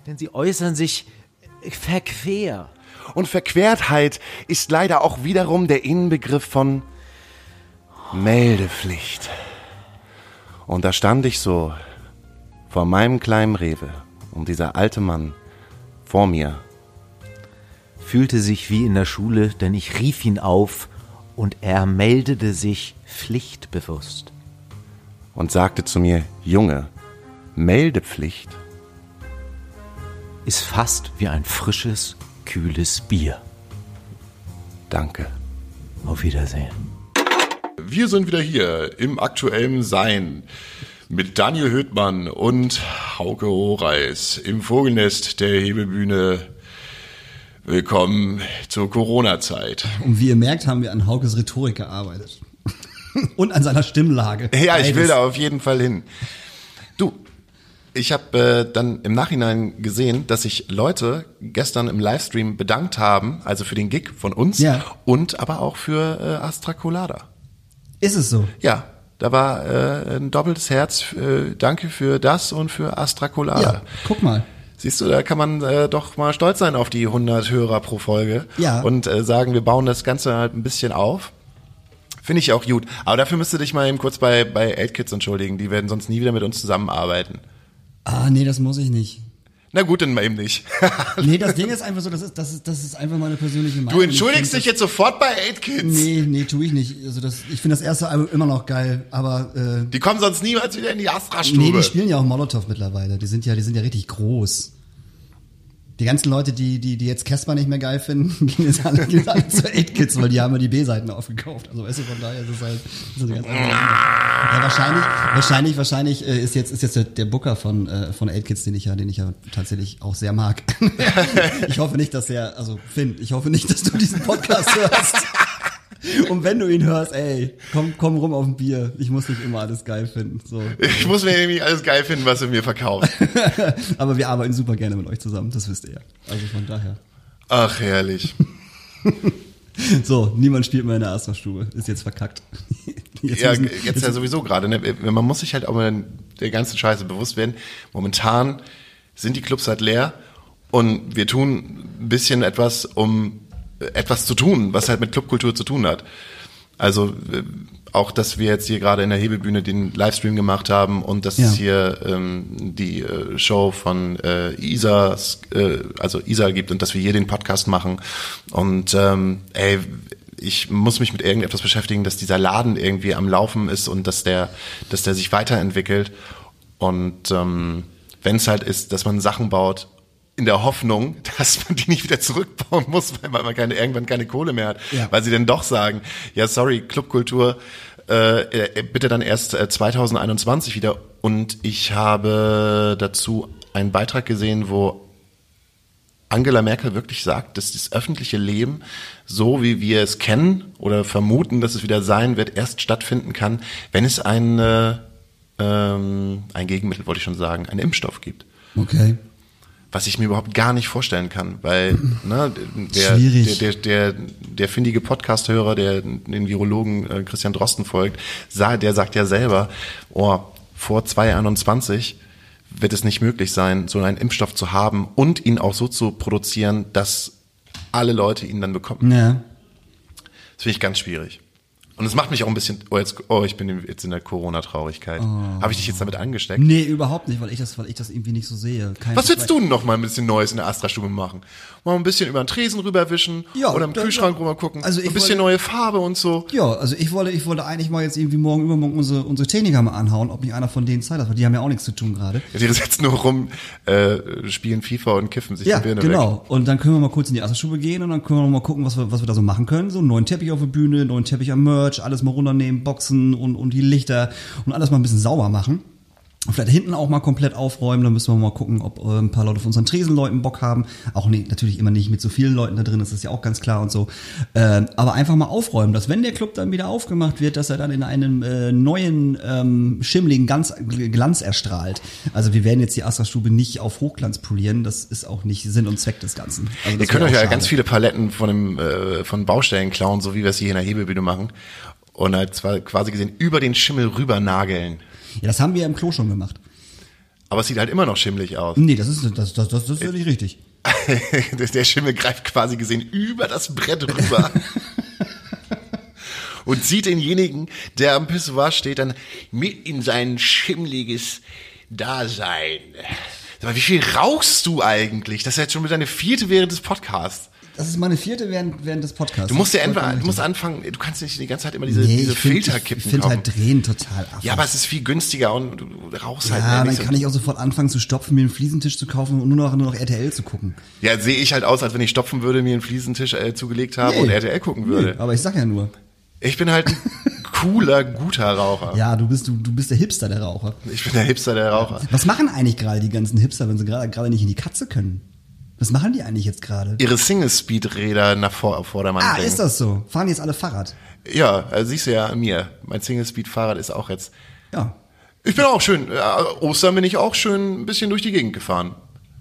F: denn sie äußern sich verquer.
A: Und Verquertheit ist leider auch wiederum der Inbegriff von Meldepflicht. Und da stand ich so vor meinem kleinen Rewe und dieser alte Mann vor mir.
F: Fühlte sich wie in der Schule, denn ich rief ihn auf und er meldete sich pflichtbewusst.
A: und sagte zu mir, Junge, Meldepflicht?
F: Ist fast wie ein frisches, kühles Bier.
A: Danke.
F: Auf Wiedersehen.
H: Wir sind wieder hier im aktuellen Sein mit Daniel Höhtmann und Hauke Horeis im Vogelnest der Hebebühne. Willkommen zur Corona-Zeit.
B: Und wie ihr merkt, haben wir an Haukes Rhetorik gearbeitet und an seiner Stimmlage.
A: Ja, ich will
B: Beides.
A: da auf jeden Fall hin. Du, ich habe äh, dann im Nachhinein gesehen, dass sich Leute gestern im Livestream bedankt haben, also für den Gig von uns
B: Ja.
A: und aber auch für äh, Astra Colada.
B: Ist es so?
A: Ja, da war äh, ein doppeltes Herz. Äh, danke für das und für Astra Colada.
B: Ja. Guck mal.
A: Siehst du, da kann man äh, doch mal stolz sein auf die 100 Hörer pro Folge
B: Ja.
A: und äh, sagen, wir bauen das Ganze halt ein bisschen auf. Finde ich auch gut. Aber dafür müsst ihr dich mal eben kurz bei, bei 8Kids entschuldigen. Die werden sonst nie wieder mit uns zusammenarbeiten.
B: Ah, nee, das muss ich nicht.
A: Na gut, dann mal eben nicht.
B: Nee, das Ding ist einfach so, das ist, das ist, das ist einfach meine persönliche Meinung.
A: Du entschuldigst
B: Ich
A: dich
B: find
A: jetzt sofort bei 8Kids.
B: das- Nee, nee, tu ich nicht. Also das, ich finde das erste Album immer noch geil, aber äh,
A: Die kommen sonst niemals wieder in die
B: nee,
A: Astra-Stube.
B: die spielen ja auch Molotow mittlerweile. Die sind ja, die sind ja richtig groß. Die ganzen Leute, die, die, die jetzt Casper nicht mehr geil finden, gehen jetzt alle, gehen alle zu 8Kids, weil die haben ja die B-Seiten aufgekauft. Also weißt du, von daher ist es halt so eine ganz andere Sache. ja, wahrscheinlich, wahrscheinlich, wahrscheinlich äh, ist jetzt, ist jetzt der, der Booker von, äh, von 8Kids, den ich ja, den ich ja tatsächlich auch sehr mag. ich hoffe nicht, dass er, also Finn, ich hoffe nicht, dass du diesen Podcast hörst. Und wenn du ihn hörst, ey, komm, komm rum auf ein Bier. Ich muss nicht immer alles geil finden. So.
A: Ich muss mir nämlich alles geil finden, was er mir verkauft.
B: Aber wir arbeiten super gerne mit euch zusammen, das wisst ihr ja. Also von daher.
A: Ach, herrlich.
B: So, niemand spielt mehr in der Astra-Stube. Ist jetzt verkackt. Jetzt
A: ja,
B: müssen-
A: jetzt ja sowieso gerade. Ne? Man muss sich halt auch mal der ganzen Scheiße bewusst werden. Momentan sind die Clubs halt leer und wir tun ein bisschen etwas, um äh, etwas zu tun, was halt mit Clubkultur zu tun hat. Also äh, auch, dass wir jetzt hier gerade in der Hebebühne den Livestream gemacht haben und dass
B: Ja.
A: es hier ähm, die äh, Show von äh, Isa, äh, also Isa gibt und dass wir hier den Podcast machen. Und ähm, ey, ich muss mich mit irgendetwas beschäftigen, dass dieser Laden irgendwie am Laufen ist und dass der, dass der sich weiterentwickelt. Und ähm, wenn es halt ist, dass man Sachen baut in der Hoffnung, dass man die nicht wieder zurückbauen muss, weil man keine, irgendwann keine Kohle mehr hat,
B: Ja.
A: weil sie dann doch sagen, ja sorry, Clubkultur, äh, äh, bitte dann erst äh, 2021 wieder. Und ich habe dazu einen Beitrag gesehen, wo Angela Merkel wirklich sagt, dass das öffentliche Leben, so wie wir es kennen oder vermuten, dass es wieder sein wird, erst stattfinden kann, wenn es ein, äh, ähm, ein Gegenmittel, wollte ich schon sagen, einen Impfstoff gibt.
B: Okay.
A: Was ich mir überhaupt gar nicht vorstellen kann, weil ne, der,
B: Schwierig.
A: der, der, der, der findige Podcast-Hörer, der den Virologen äh, Christian Drosten folgt, sah, der sagt ja selber, oh, vor 2021 wird es nicht möglich sein, so einen Impfstoff zu haben und ihn auch so zu produzieren, dass alle Leute ihn dann bekommen.
B: Ja.
A: Das finde ich ganz schwierig. Und es macht mich auch ein bisschen, oh, jetzt, oh ich bin jetzt in der Corona-Traurigkeit. Habe ich dich jetzt damit angesteckt?
B: Nee, überhaupt nicht, weil ich das, weil ich das irgendwie nicht so sehe. Kein
A: Was willst du denn noch mal ein bisschen Neues in der Astra-Stube machen? Mal ein bisschen über den Tresen rüberwischen
B: Ja,
A: oder im
B: da-
A: Kühlschrank
B: da-
A: rüber gucken,
B: also ich
A: ein bisschen
B: wollte-
A: neue Farbe und so.
B: Ja, also ich wollte, ich wollte eigentlich mal jetzt irgendwie morgen übermorgen unsere, unsere Techniker mal anhauen, ob nicht einer von denen Zeit hat, weil die haben ja auch nichts zu tun gerade.
A: Die sitzen nur rum, äh, spielen FIFA und kiffen sich
B: Ja,
A: die Birne weg.
B: genau. Und dann können wir mal kurz in die Asserstube gehen und dann können wir noch mal gucken, was wir, was wir da so machen können. So einen neuen Teppich auf der Bühne, einen neuen Teppich am Merch, alles mal runternehmen, Boxen und, und die Lichter und alles mal ein bisschen sauber machen. Und vielleicht hinten auch mal komplett aufräumen, dann müssen wir mal gucken, ob äh, ein paar Leute von unseren Tresenleuten Bock haben. Auch nee, natürlich immer nicht mit so vielen Leuten da drin, das ist ja auch ganz klar und so. Ähm, aber einfach mal aufräumen, dass wenn der Club dann wieder aufgemacht wird, dass er dann in einem äh, neuen, ähm, schimmligen Glanz, Glanz erstrahlt. Also wir werden jetzt die Astra-Stube nicht auf Hochglanz polieren, das ist auch nicht Sinn und Zweck des Ganzen. Also
A: Ihr
B: das
A: könnt
B: wäre
A: euch
B: auch
A: ja
B: schade.
A: ganz viele Paletten von, dem, äh, von Baustellen klauen, so wie wir es hier in der Hebebühne machen. Und halt zwar quasi gesehen über den Schimmel rüber nageln.
B: Ja, das haben wir ja im Klo schon gemacht.
A: Aber es sieht halt immer noch schimmelig aus.
B: Nee, das ist, das, das, das, das ist nicht richtig.
A: Der Schimmel greift quasi gesehen über das Brett rüber. Und sieht denjenigen, der am Pissoir steht, dann mit in sein schimmliges Dasein. Sag mal, wie viel rauchst du eigentlich? Das ist jetzt schon mit deine vierte während des Podcasts.
B: Das ist meine vierte während, während des Podcasts.
A: Du musst ja
B: Das ist
A: entweder,
B: vollkommen
A: du musst
B: richtig.
A: anfangen, du kannst nicht die ganze Zeit immer diese,
B: Nee,
A: diese
B: ich find-
A: Filterkippen
B: Ich finde
A: kaufen.
B: halt Drehen total affig.
A: ja, aber es ist viel günstiger und du du rauchst halt
B: Ja,
A: nicht
B: dann
A: so-
B: kann ich auch sofort anfangen zu stopfen, mir einen Fliesentisch zu kaufen und nur noch, nur noch RTL zu gucken.
A: Ja, sehe ich halt aus, als wenn ich stopfen würde, mir einen Fliesentisch äh, zugelegt habe
B: Nee.
A: und RTL gucken würde.
B: Nee, aber ich sag ja nur.
A: Ich bin halt ein cooler, guter Raucher.
B: Ja, du bist, du, du bist der Hipster, der Raucher.
A: Ich bin der Hipster, der Raucher.
B: Was machen eigentlich gerade die ganzen Hipster, wenn sie gerade gerade nicht in die Katze können? Was machen die eigentlich jetzt gerade?
A: Ihre Single-Speed-Räder nach vor, auf Vordermann
B: Ah,
A: bringen.
B: ist das so? Fahren jetzt alle Fahrrad?
A: Ja, also siehst du ja an mir. Mein Single-Speed-Fahrrad ist auch jetzt.
B: Ja.
A: Ich bin auch schön, äh, Ostern bin ich auch schön ein bisschen durch die Gegend gefahren.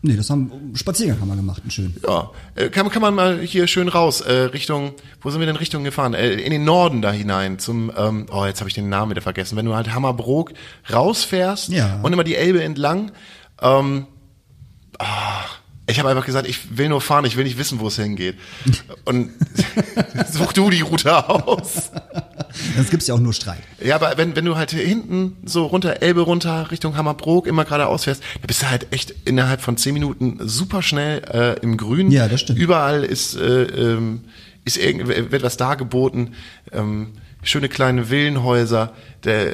B: Nee, das haben Spaziergang haben wir gemacht, einen schönen.
A: Ja, äh, kann, kann man mal hier schön raus, äh, Richtung, wo sind wir denn Richtung gefahren? Äh, in den Norden da hinein, zum, ähm, oh, jetzt habe ich den Namen wieder vergessen. Wenn du halt Hammerbrook rausfährst
B: Ja.
A: und immer die Elbe entlang, ähm, ah, ich habe einfach gesagt, ich will nur fahren, ich will nicht wissen, wo es hingeht. Und such du die Route aus.
B: Das gibt's ja auch nur Streit.
A: Ja, aber wenn, wenn du halt hier hinten so runter, Elbe runter, Richtung Hammerbrook immer geradeaus fährst, da bist du halt echt innerhalb von zehn Minuten super schnell äh, im Grün.
B: Ja, das stimmt.
A: Überall ist, äh, ähm, ist irgend, wird was dargeboten. Ähm, schöne kleine Villenhäuser. Der,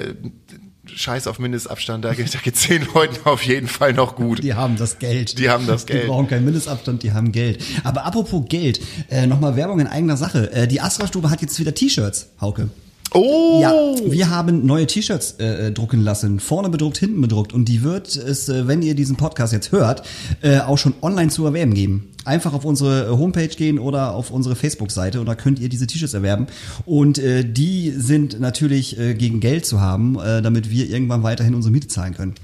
A: scheiß auf Mindestabstand, da geht, da geht zehn Leuten auf jeden Fall noch gut.
B: Die haben das Geld.
A: Die haben das Geld.
B: Die brauchen keinen Mindestabstand, die haben Geld. Aber apropos Geld, äh, nochmal Werbung in eigener Sache. Äh, die Astra-Stube hat jetzt wieder T-Shirts, Hauke.
A: Oh!
B: Ja, wir haben neue T-Shirts äh, drucken lassen. Vorne bedruckt, hinten bedruckt. Und die wird es, äh, wenn ihr diesen Podcast jetzt hört, äh, auch schon online zu erwerben geben. Einfach auf unsere äh, Homepage gehen oder auf unsere Facebook-Seite und da könnt ihr diese T-Shirts erwerben. Und äh, die sind natürlich äh, gegen Geld zu haben, äh, damit wir irgendwann weiterhin unsere Miete zahlen können.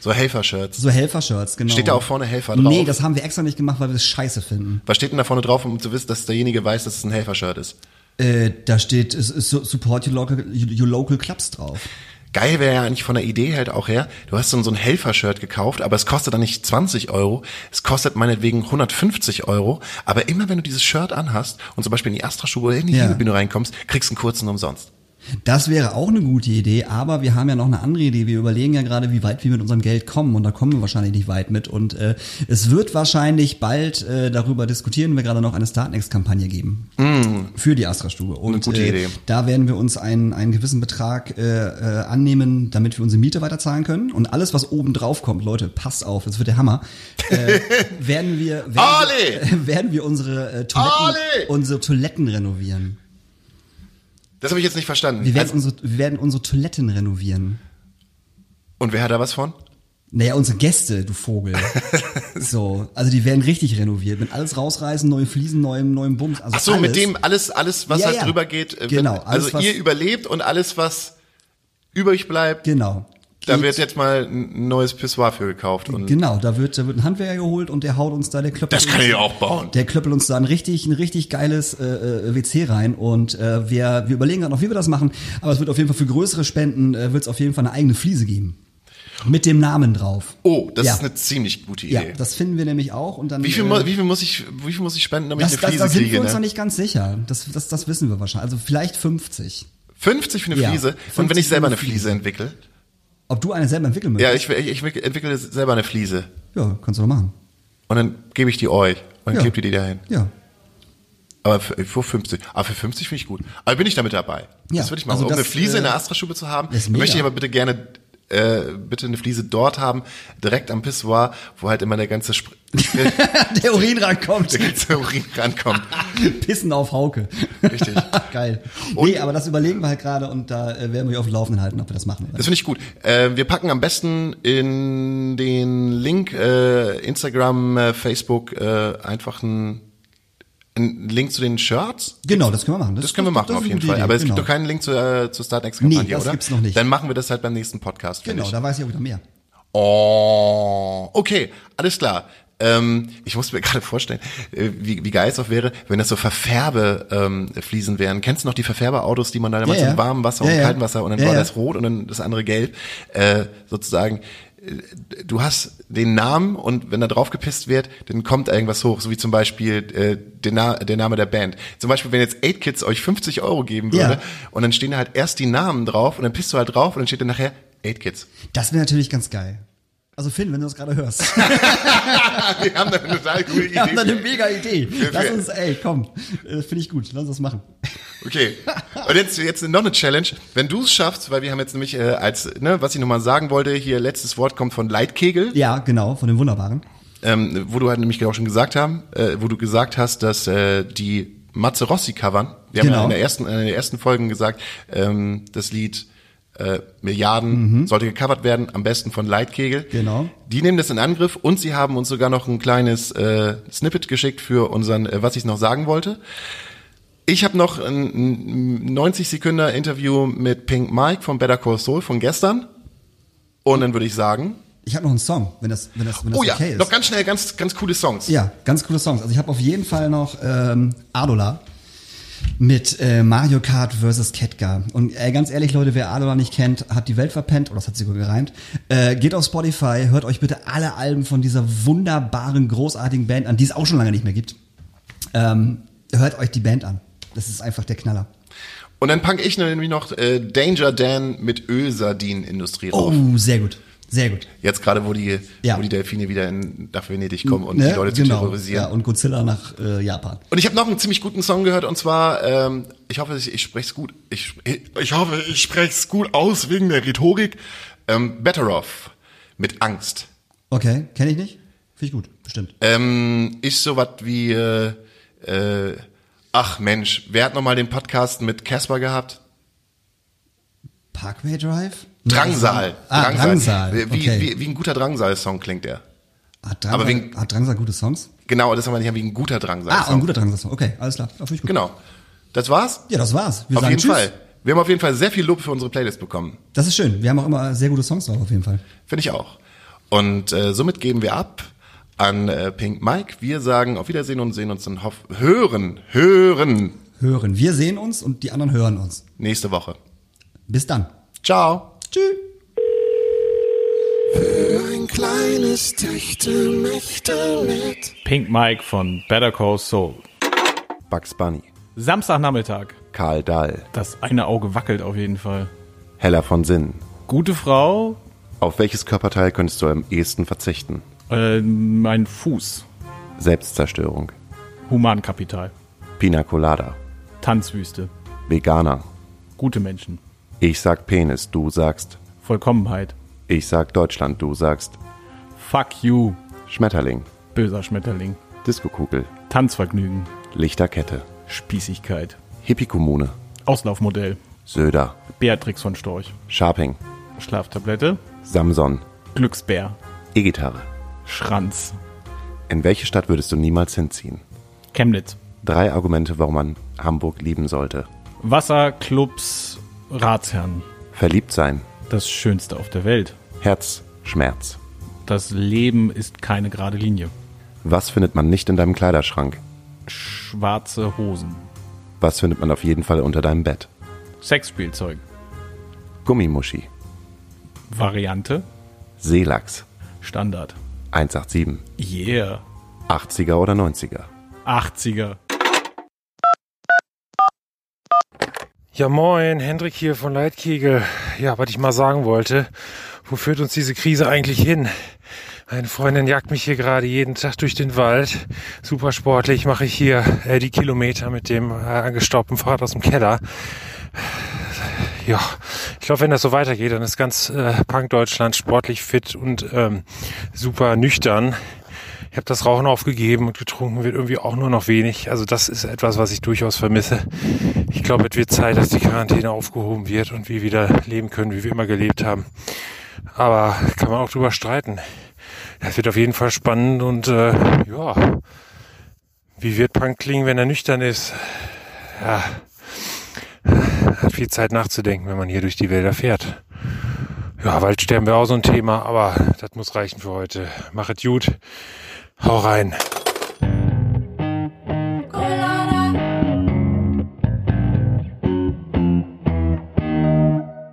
A: So Helfer-Shirts.
B: So Helfer-Shirts, genau.
A: Steht da auch vorne Helfer drauf?
B: Nee, das haben wir extra nicht gemacht, weil wir das scheiße finden.
A: Was steht denn da vorne drauf, um zu wissen, dass derjenige weiß, dass es ein Helfer-Shirt ist?
B: Äh, da steht es ist so- Support your local, your local Clubs drauf.
A: Geil wäre ja eigentlich von der Idee halt auch her, du hast dann so ein Helfer-Shirt gekauft, aber es kostet dann nicht 20 Euro, es kostet meinetwegen 150 Euro, aber immer wenn du dieses Shirt anhast und zum Beispiel in die Astra-Stube oder in die
B: Ja.
A: ja. reinkommst, kriegst du einen kurzen umsonst.
B: Das wäre auch eine gute Idee, aber wir haben ja noch eine andere Idee. Wir überlegen ja gerade, wie weit wir mit unserem Geld kommen und da kommen wir wahrscheinlich nicht weit mit. Und äh, es wird wahrscheinlich bald äh, darüber diskutieren, wir gerade noch eine Startnext-Kampagne geben für die Astra-Stube. Und
A: Mm. gute
B: äh,
A: Idee.
B: da werden wir uns einen, einen gewissen Betrag äh, äh, annehmen, damit wir unsere Miete weiterzahlen können. Und alles, was oben drauf kommt, Leute, passt auf, es wird der Hammer, äh, werden wir werden,
A: Ali!
B: werden wir unsere, äh, Toiletten,
A: Ali!
B: unsere Toiletten renovieren.
A: Das habe ich jetzt nicht verstanden.
B: Wir werden,
A: Also-
B: unsere, wir werden unsere Toiletten renovieren.
A: und wer hat da was von?
B: Naja, unsere Gäste, du Vogel. so, also die werden richtig renoviert. Mit alles rausreißen, neue Fliesen, neuem, neuem Bums. Also
A: Ach so,
B: alles.
A: mit dem alles, alles, was
B: Ja,
A: halt
B: ja.
A: drüber geht. äh,
B: Genau,
A: Wenn,
B: alles,
A: also
B: was-
A: ihr überlebt und alles, was übrig bleibt,
B: Genau.
A: da
B: Geht-
A: wird jetzt mal ein neues Pissoir für gekauft. Und
B: Genau, da wird, da wird ein Handwerker geholt und der haut uns da, der klöppelt.
A: Das kann ich auch bauen.
B: Der klöppelt uns da ein richtig, ein richtig geiles äh, äh, WC rein und äh, wir, wir überlegen gerade noch, wie wir das machen, aber es wird auf jeden Fall für größere Spenden, äh, wird es auf jeden Fall eine eigene Fliese geben. Mit dem Namen drauf.
A: oh, das
B: ja.
A: ist eine ziemlich gute
B: Ja,
A: Idee.
B: das finden wir nämlich auch und dann.
A: wie, viel,
B: äh,
A: mu- wie, viel muss ich, wie viel muss ich spenden, damit
B: Das,
A: ich eine
B: das,
A: Fliese
B: da sind
A: kriege?
B: wir uns noch
A: Ne?
B: nicht ganz sicher. Das, das, das wissen wir wahrscheinlich. Also vielleicht 50.
A: 50 für eine
B: Ja,
A: Fliese. Und wenn
B: 50
A: ich
B: für
A: selber eine
B: eine
A: Fliese entwickle?
B: Ob du eine selber entwickeln
A: Ja,
B: möchtest?
A: ich, ich, ich entwickle selber eine Fliese.
B: Ja, kannst du doch machen.
A: Und dann gebe ich die euch. Und dann
B: Ja.
A: klebt ihr die dahin.
B: Ja.
A: Aber für, für 50. Aber für 50 finde ich gut. Aber bin ich damit dabei.
B: Ja,
A: das würde ich machen.
B: also
A: um
B: das,
A: eine Fliese
B: äh,
A: in der Astra-Stube zu haben,
B: das ist mega.
A: möchte ich aber bitte gerne äh, bitte eine Fliese dort haben, direkt am Pissoir, wo halt immer der ganze, Spr
B: Der Urin rankommt.
A: der ganze Urin rankommt.
B: Pissen auf Hauke.
A: Richtig.
B: Geil. nee,
A: Und-
B: aber das überlegen wir halt gerade und da äh, werden wir euch auf dem Laufenden halten, ob wir das machen. Oder?
A: Das finde ich gut. Äh, wir packen am besten in den Link äh, Instagram, äh, Facebook äh, einfach einen, einen Link zu den Shirts.
B: genau, das können wir machen.
A: Das können wir machen
B: das
A: auf
B: ist eine
A: jeden
B: gute
A: Fall.
B: Idee,
A: Aber es
B: genau.
A: gibt doch keinen Link zu, äh, zur Startnext-Kampagne,
B: Nee, das
A: oder?
B: gibt's noch nicht.
A: Dann machen wir das halt beim nächsten Podcast. finde
B: Genau,
A: ich.
B: da weiß ich auch wieder mehr.
A: Oh, okay, alles klar. Ähm, ich musste mir gerade vorstellen, äh, wie, wie geil es auch wäre, wenn das so Verfärbefliesen ähm, Fliesen wären. Kennst du noch die Verfärberautos, die man da damals
B: ja.
A: in warmem Wasser
B: Ja,
A: und
B: ja.
A: kaltem Wasser und dann
B: Ja,
A: war
B: ja.
A: das rot und dann das andere gelb, äh, sozusagen. äh, Du hast den Namen und wenn da drauf gepisst wird, dann kommt irgendwas hoch, so wie zum Beispiel äh, der, Na der Name der Band. Zum Beispiel, wenn jetzt 8 Kids euch 50 Euro geben
B: Ja.
A: würde und dann stehen da halt erst die Namen drauf und dann pisst du halt drauf und dann steht dann nachher 8 Kids.
B: Das wäre natürlich ganz geil. Also Finn, wenn du das gerade hörst.
A: Wir haben da eine total coole
B: Wir haben da eine
A: Idee.
B: mega Idee. Lass uns, ey, komm. Äh, Finde ich gut. Lass uns das machen.
A: Okay. Und jetzt, jetzt noch eine Challenge. Wenn du es schaffst, weil wir haben jetzt nämlich äh, als, ne, was ich nochmal sagen wollte, hier letztes Wort kommt von Leitkegel,
B: Ja, genau, von dem Wunderbaren.
A: ähm, wo du halt nämlich auch schon gesagt haben, äh, wo du gesagt hast, dass äh, die Matze Rossi covern. Wir
B: Genau.
A: haben ja in der ersten, äh, in den ersten Folgen gesagt, ähm, das Lied äh, Milliarden sollte gecovert werden, am besten von Leitkegel.
B: Mhm. Genau.
A: Die nehmen das in Angriff und sie haben uns sogar noch ein kleines äh, Snippet geschickt für unseren, äh, was ich noch sagen wollte. Ich habe noch ein, ein 90 Sekunden Interview mit Pink Mike von Better Call Saul von gestern. Und dann würde ich sagen,
B: Ich habe noch einen Song, wenn das, wenn das, wenn das
A: oh ja,
B: okay ist.
A: noch ganz schnell ganz ganz coole Songs.
B: Ja, ganz coole Songs. Also ich habe auf jeden Fall noch ähm, Adola mit äh, Mario Kart vs. Ketka. Und äh, ganz ehrlich, Leute, wer Adola nicht kennt, hat die Welt verpennt, oder das hat sie wohl gereimt. Äh, geht auf Spotify, hört euch bitte alle Alben von dieser wunderbaren, großartigen Band an, die es auch schon lange nicht mehr gibt. Ähm, hört euch die Band an. Das ist einfach der Knaller.
A: Und dann packe ich nämlich noch äh, Danger Dan mit Ölsardinenindustrie drauf.
B: Oh, sehr gut. Sehr gut.
A: Jetzt gerade, wo die,
B: Ja.
A: wo die Delfine wieder in, nach Venedig kommen und
B: Ne?
A: die Leute zu
B: genau.
A: terrorisieren.
B: Ja, und Godzilla nach äh, Japan.
A: Und ich habe noch einen ziemlich guten Song gehört und zwar, ähm, ich hoffe, ich, ich spreche es gut. Ich, ich hoffe, ich spreche es gut aus wegen der Rhetorik. Ähm, Better Off mit Angst.
B: Okay, kenne ich nicht. Finde ich gut, bestimmt.
A: Ähm, ist sowas wie, äh, äh, ach Mensch, wer hat nochmal den Podcast mit Casper gehabt?
B: Parkway Drive?
A: Drangsal.
B: Ah, Drangsal.
A: Wie,
B: okay.
A: wie, wie ein guter Drangsal-Song klingt der.
B: hat, Drangsal
A: aber wegen-
B: hat Drangsal gute Songs?
A: Genau, das haben wir nicht, wie ein guter Drangsal-Song.
B: Ah, ein guter Drangsal-Song. Okay, alles klar. Ja, Finde ich gut.
A: Genau. Das war's?
B: Ja, das war's. Wir
A: auf
B: sagen
A: jeden
B: Tschüss.
A: Fall. Wir haben auf jeden Fall sehr viel Lob für unsere Playlist bekommen.
B: Das ist schön. Wir haben auch immer sehr gute Songs drauf, auf jeden Fall.
A: Finde ich auch. Und äh, somit geben wir ab an äh, Pink Mike. Wir sagen auf Wiedersehen und sehen uns dann hoff hören, hören
B: Hören. Wir sehen uns und die anderen hören uns.
A: nächste Woche.
B: Bis dann.
A: Ciao.
B: Tschüss.
C: Für ein kleines Techte Mächte mit.
I: Pink Mike von Better Call Soul.
E: Bugs Bunny,
I: Samstagnachmittag.
E: Karl Dahl,
I: Das eine Auge wackelt auf jeden Fall.
E: Heller von Sinnen.
I: Gute Frau,
E: Auf welches Körperteil könntest du am ehesten verzichten?
I: äh, mein Fuß.
E: Selbstzerstörung,
I: Humankapital.
E: Pina Colada,
I: Tanzwüste.
E: Veganer.
I: Gute Menschen.
E: Ich sag Penis, du sagst.
I: Vollkommenheit.
E: Ich sag Deutschland, du sagst.
I: Fuck you,
E: Schmetterling,
I: böser Schmetterling.
E: Diskokugel,
I: Tanzvergnügen.
E: Lichterkette,
I: Spießigkeit.
E: Hippie-Kommune,
I: Auslaufmodell.
E: Söder,
I: Beatrix von Storch.
E: Scharping,
I: Schlaftablette.
E: Samson,
I: Glücksbär.
E: E-Gitarre.
I: Schranz.
E: In welche Stadt würdest du niemals hinziehen?
I: Chemnitz.
E: Drei Argumente, warum man Hamburg lieben sollte.
I: Wasserclubs. Ratsherren.
E: Verliebt sein,
I: Das Schönste auf der Welt.
E: Herz, Schmerz.
I: Das Leben ist keine gerade Linie.
E: Was findet man nicht in deinem Kleiderschrank?
I: Schwarze Hosen.
E: Was findet man auf jeden Fall unter deinem Bett?
I: Sexspielzeug.
E: Gummimuschi,
I: Variante.
E: Seelachs,
I: Standard.
E: 187,
I: Yeah.
E: 80er oder 90er?
I: 80er.
J: Ja, moin, Hendrik hier von Leitkegel. Ja, was ich mal sagen wollte, wo führt uns diese Krise eigentlich hin? Meine Freundin jagt mich hier gerade jeden Tag durch den Wald. Super sportlich mache ich hier äh, die Kilometer mit dem äh, angestaubten Fahrrad aus dem Keller. Ja, ich glaube, wenn das so weitergeht, dann ist ganz äh, Punk Deutschland sportlich fit und ähm, super nüchtern. Ich habe das Rauchen aufgegeben und getrunken wird irgendwie auch nur noch wenig. Also das ist etwas, was ich durchaus vermisse. Ich glaube, es wird Zeit, dass die Quarantäne aufgehoben wird und wir wieder leben können, wie wir immer gelebt haben. Aber kann man auch drüber streiten. Das wird auf jeden Fall spannend und äh, ja, wie wird Punk klingen, wenn er nüchtern ist? Ja, hat viel Zeit nachzudenken, wenn man hier durch die Wälder fährt. Ja, Waldsterben wäre auch so ein Thema, aber das muss reichen für heute. Machet gut. Hau rein.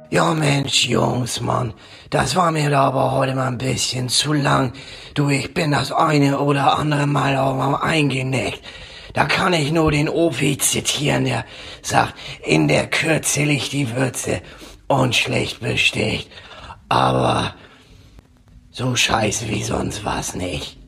K: Ja Mensch, Jungs, Mann, das war mir da aber heute mal ein bisschen zu lang. Du, ich bin das eine oder andere Mal auch mal eingenickt. Da kann ich nur den Opi zitieren, der sagt, in der Kürze liegt die Würze und schlecht besticht. Aber so scheiße wie sonst was nicht.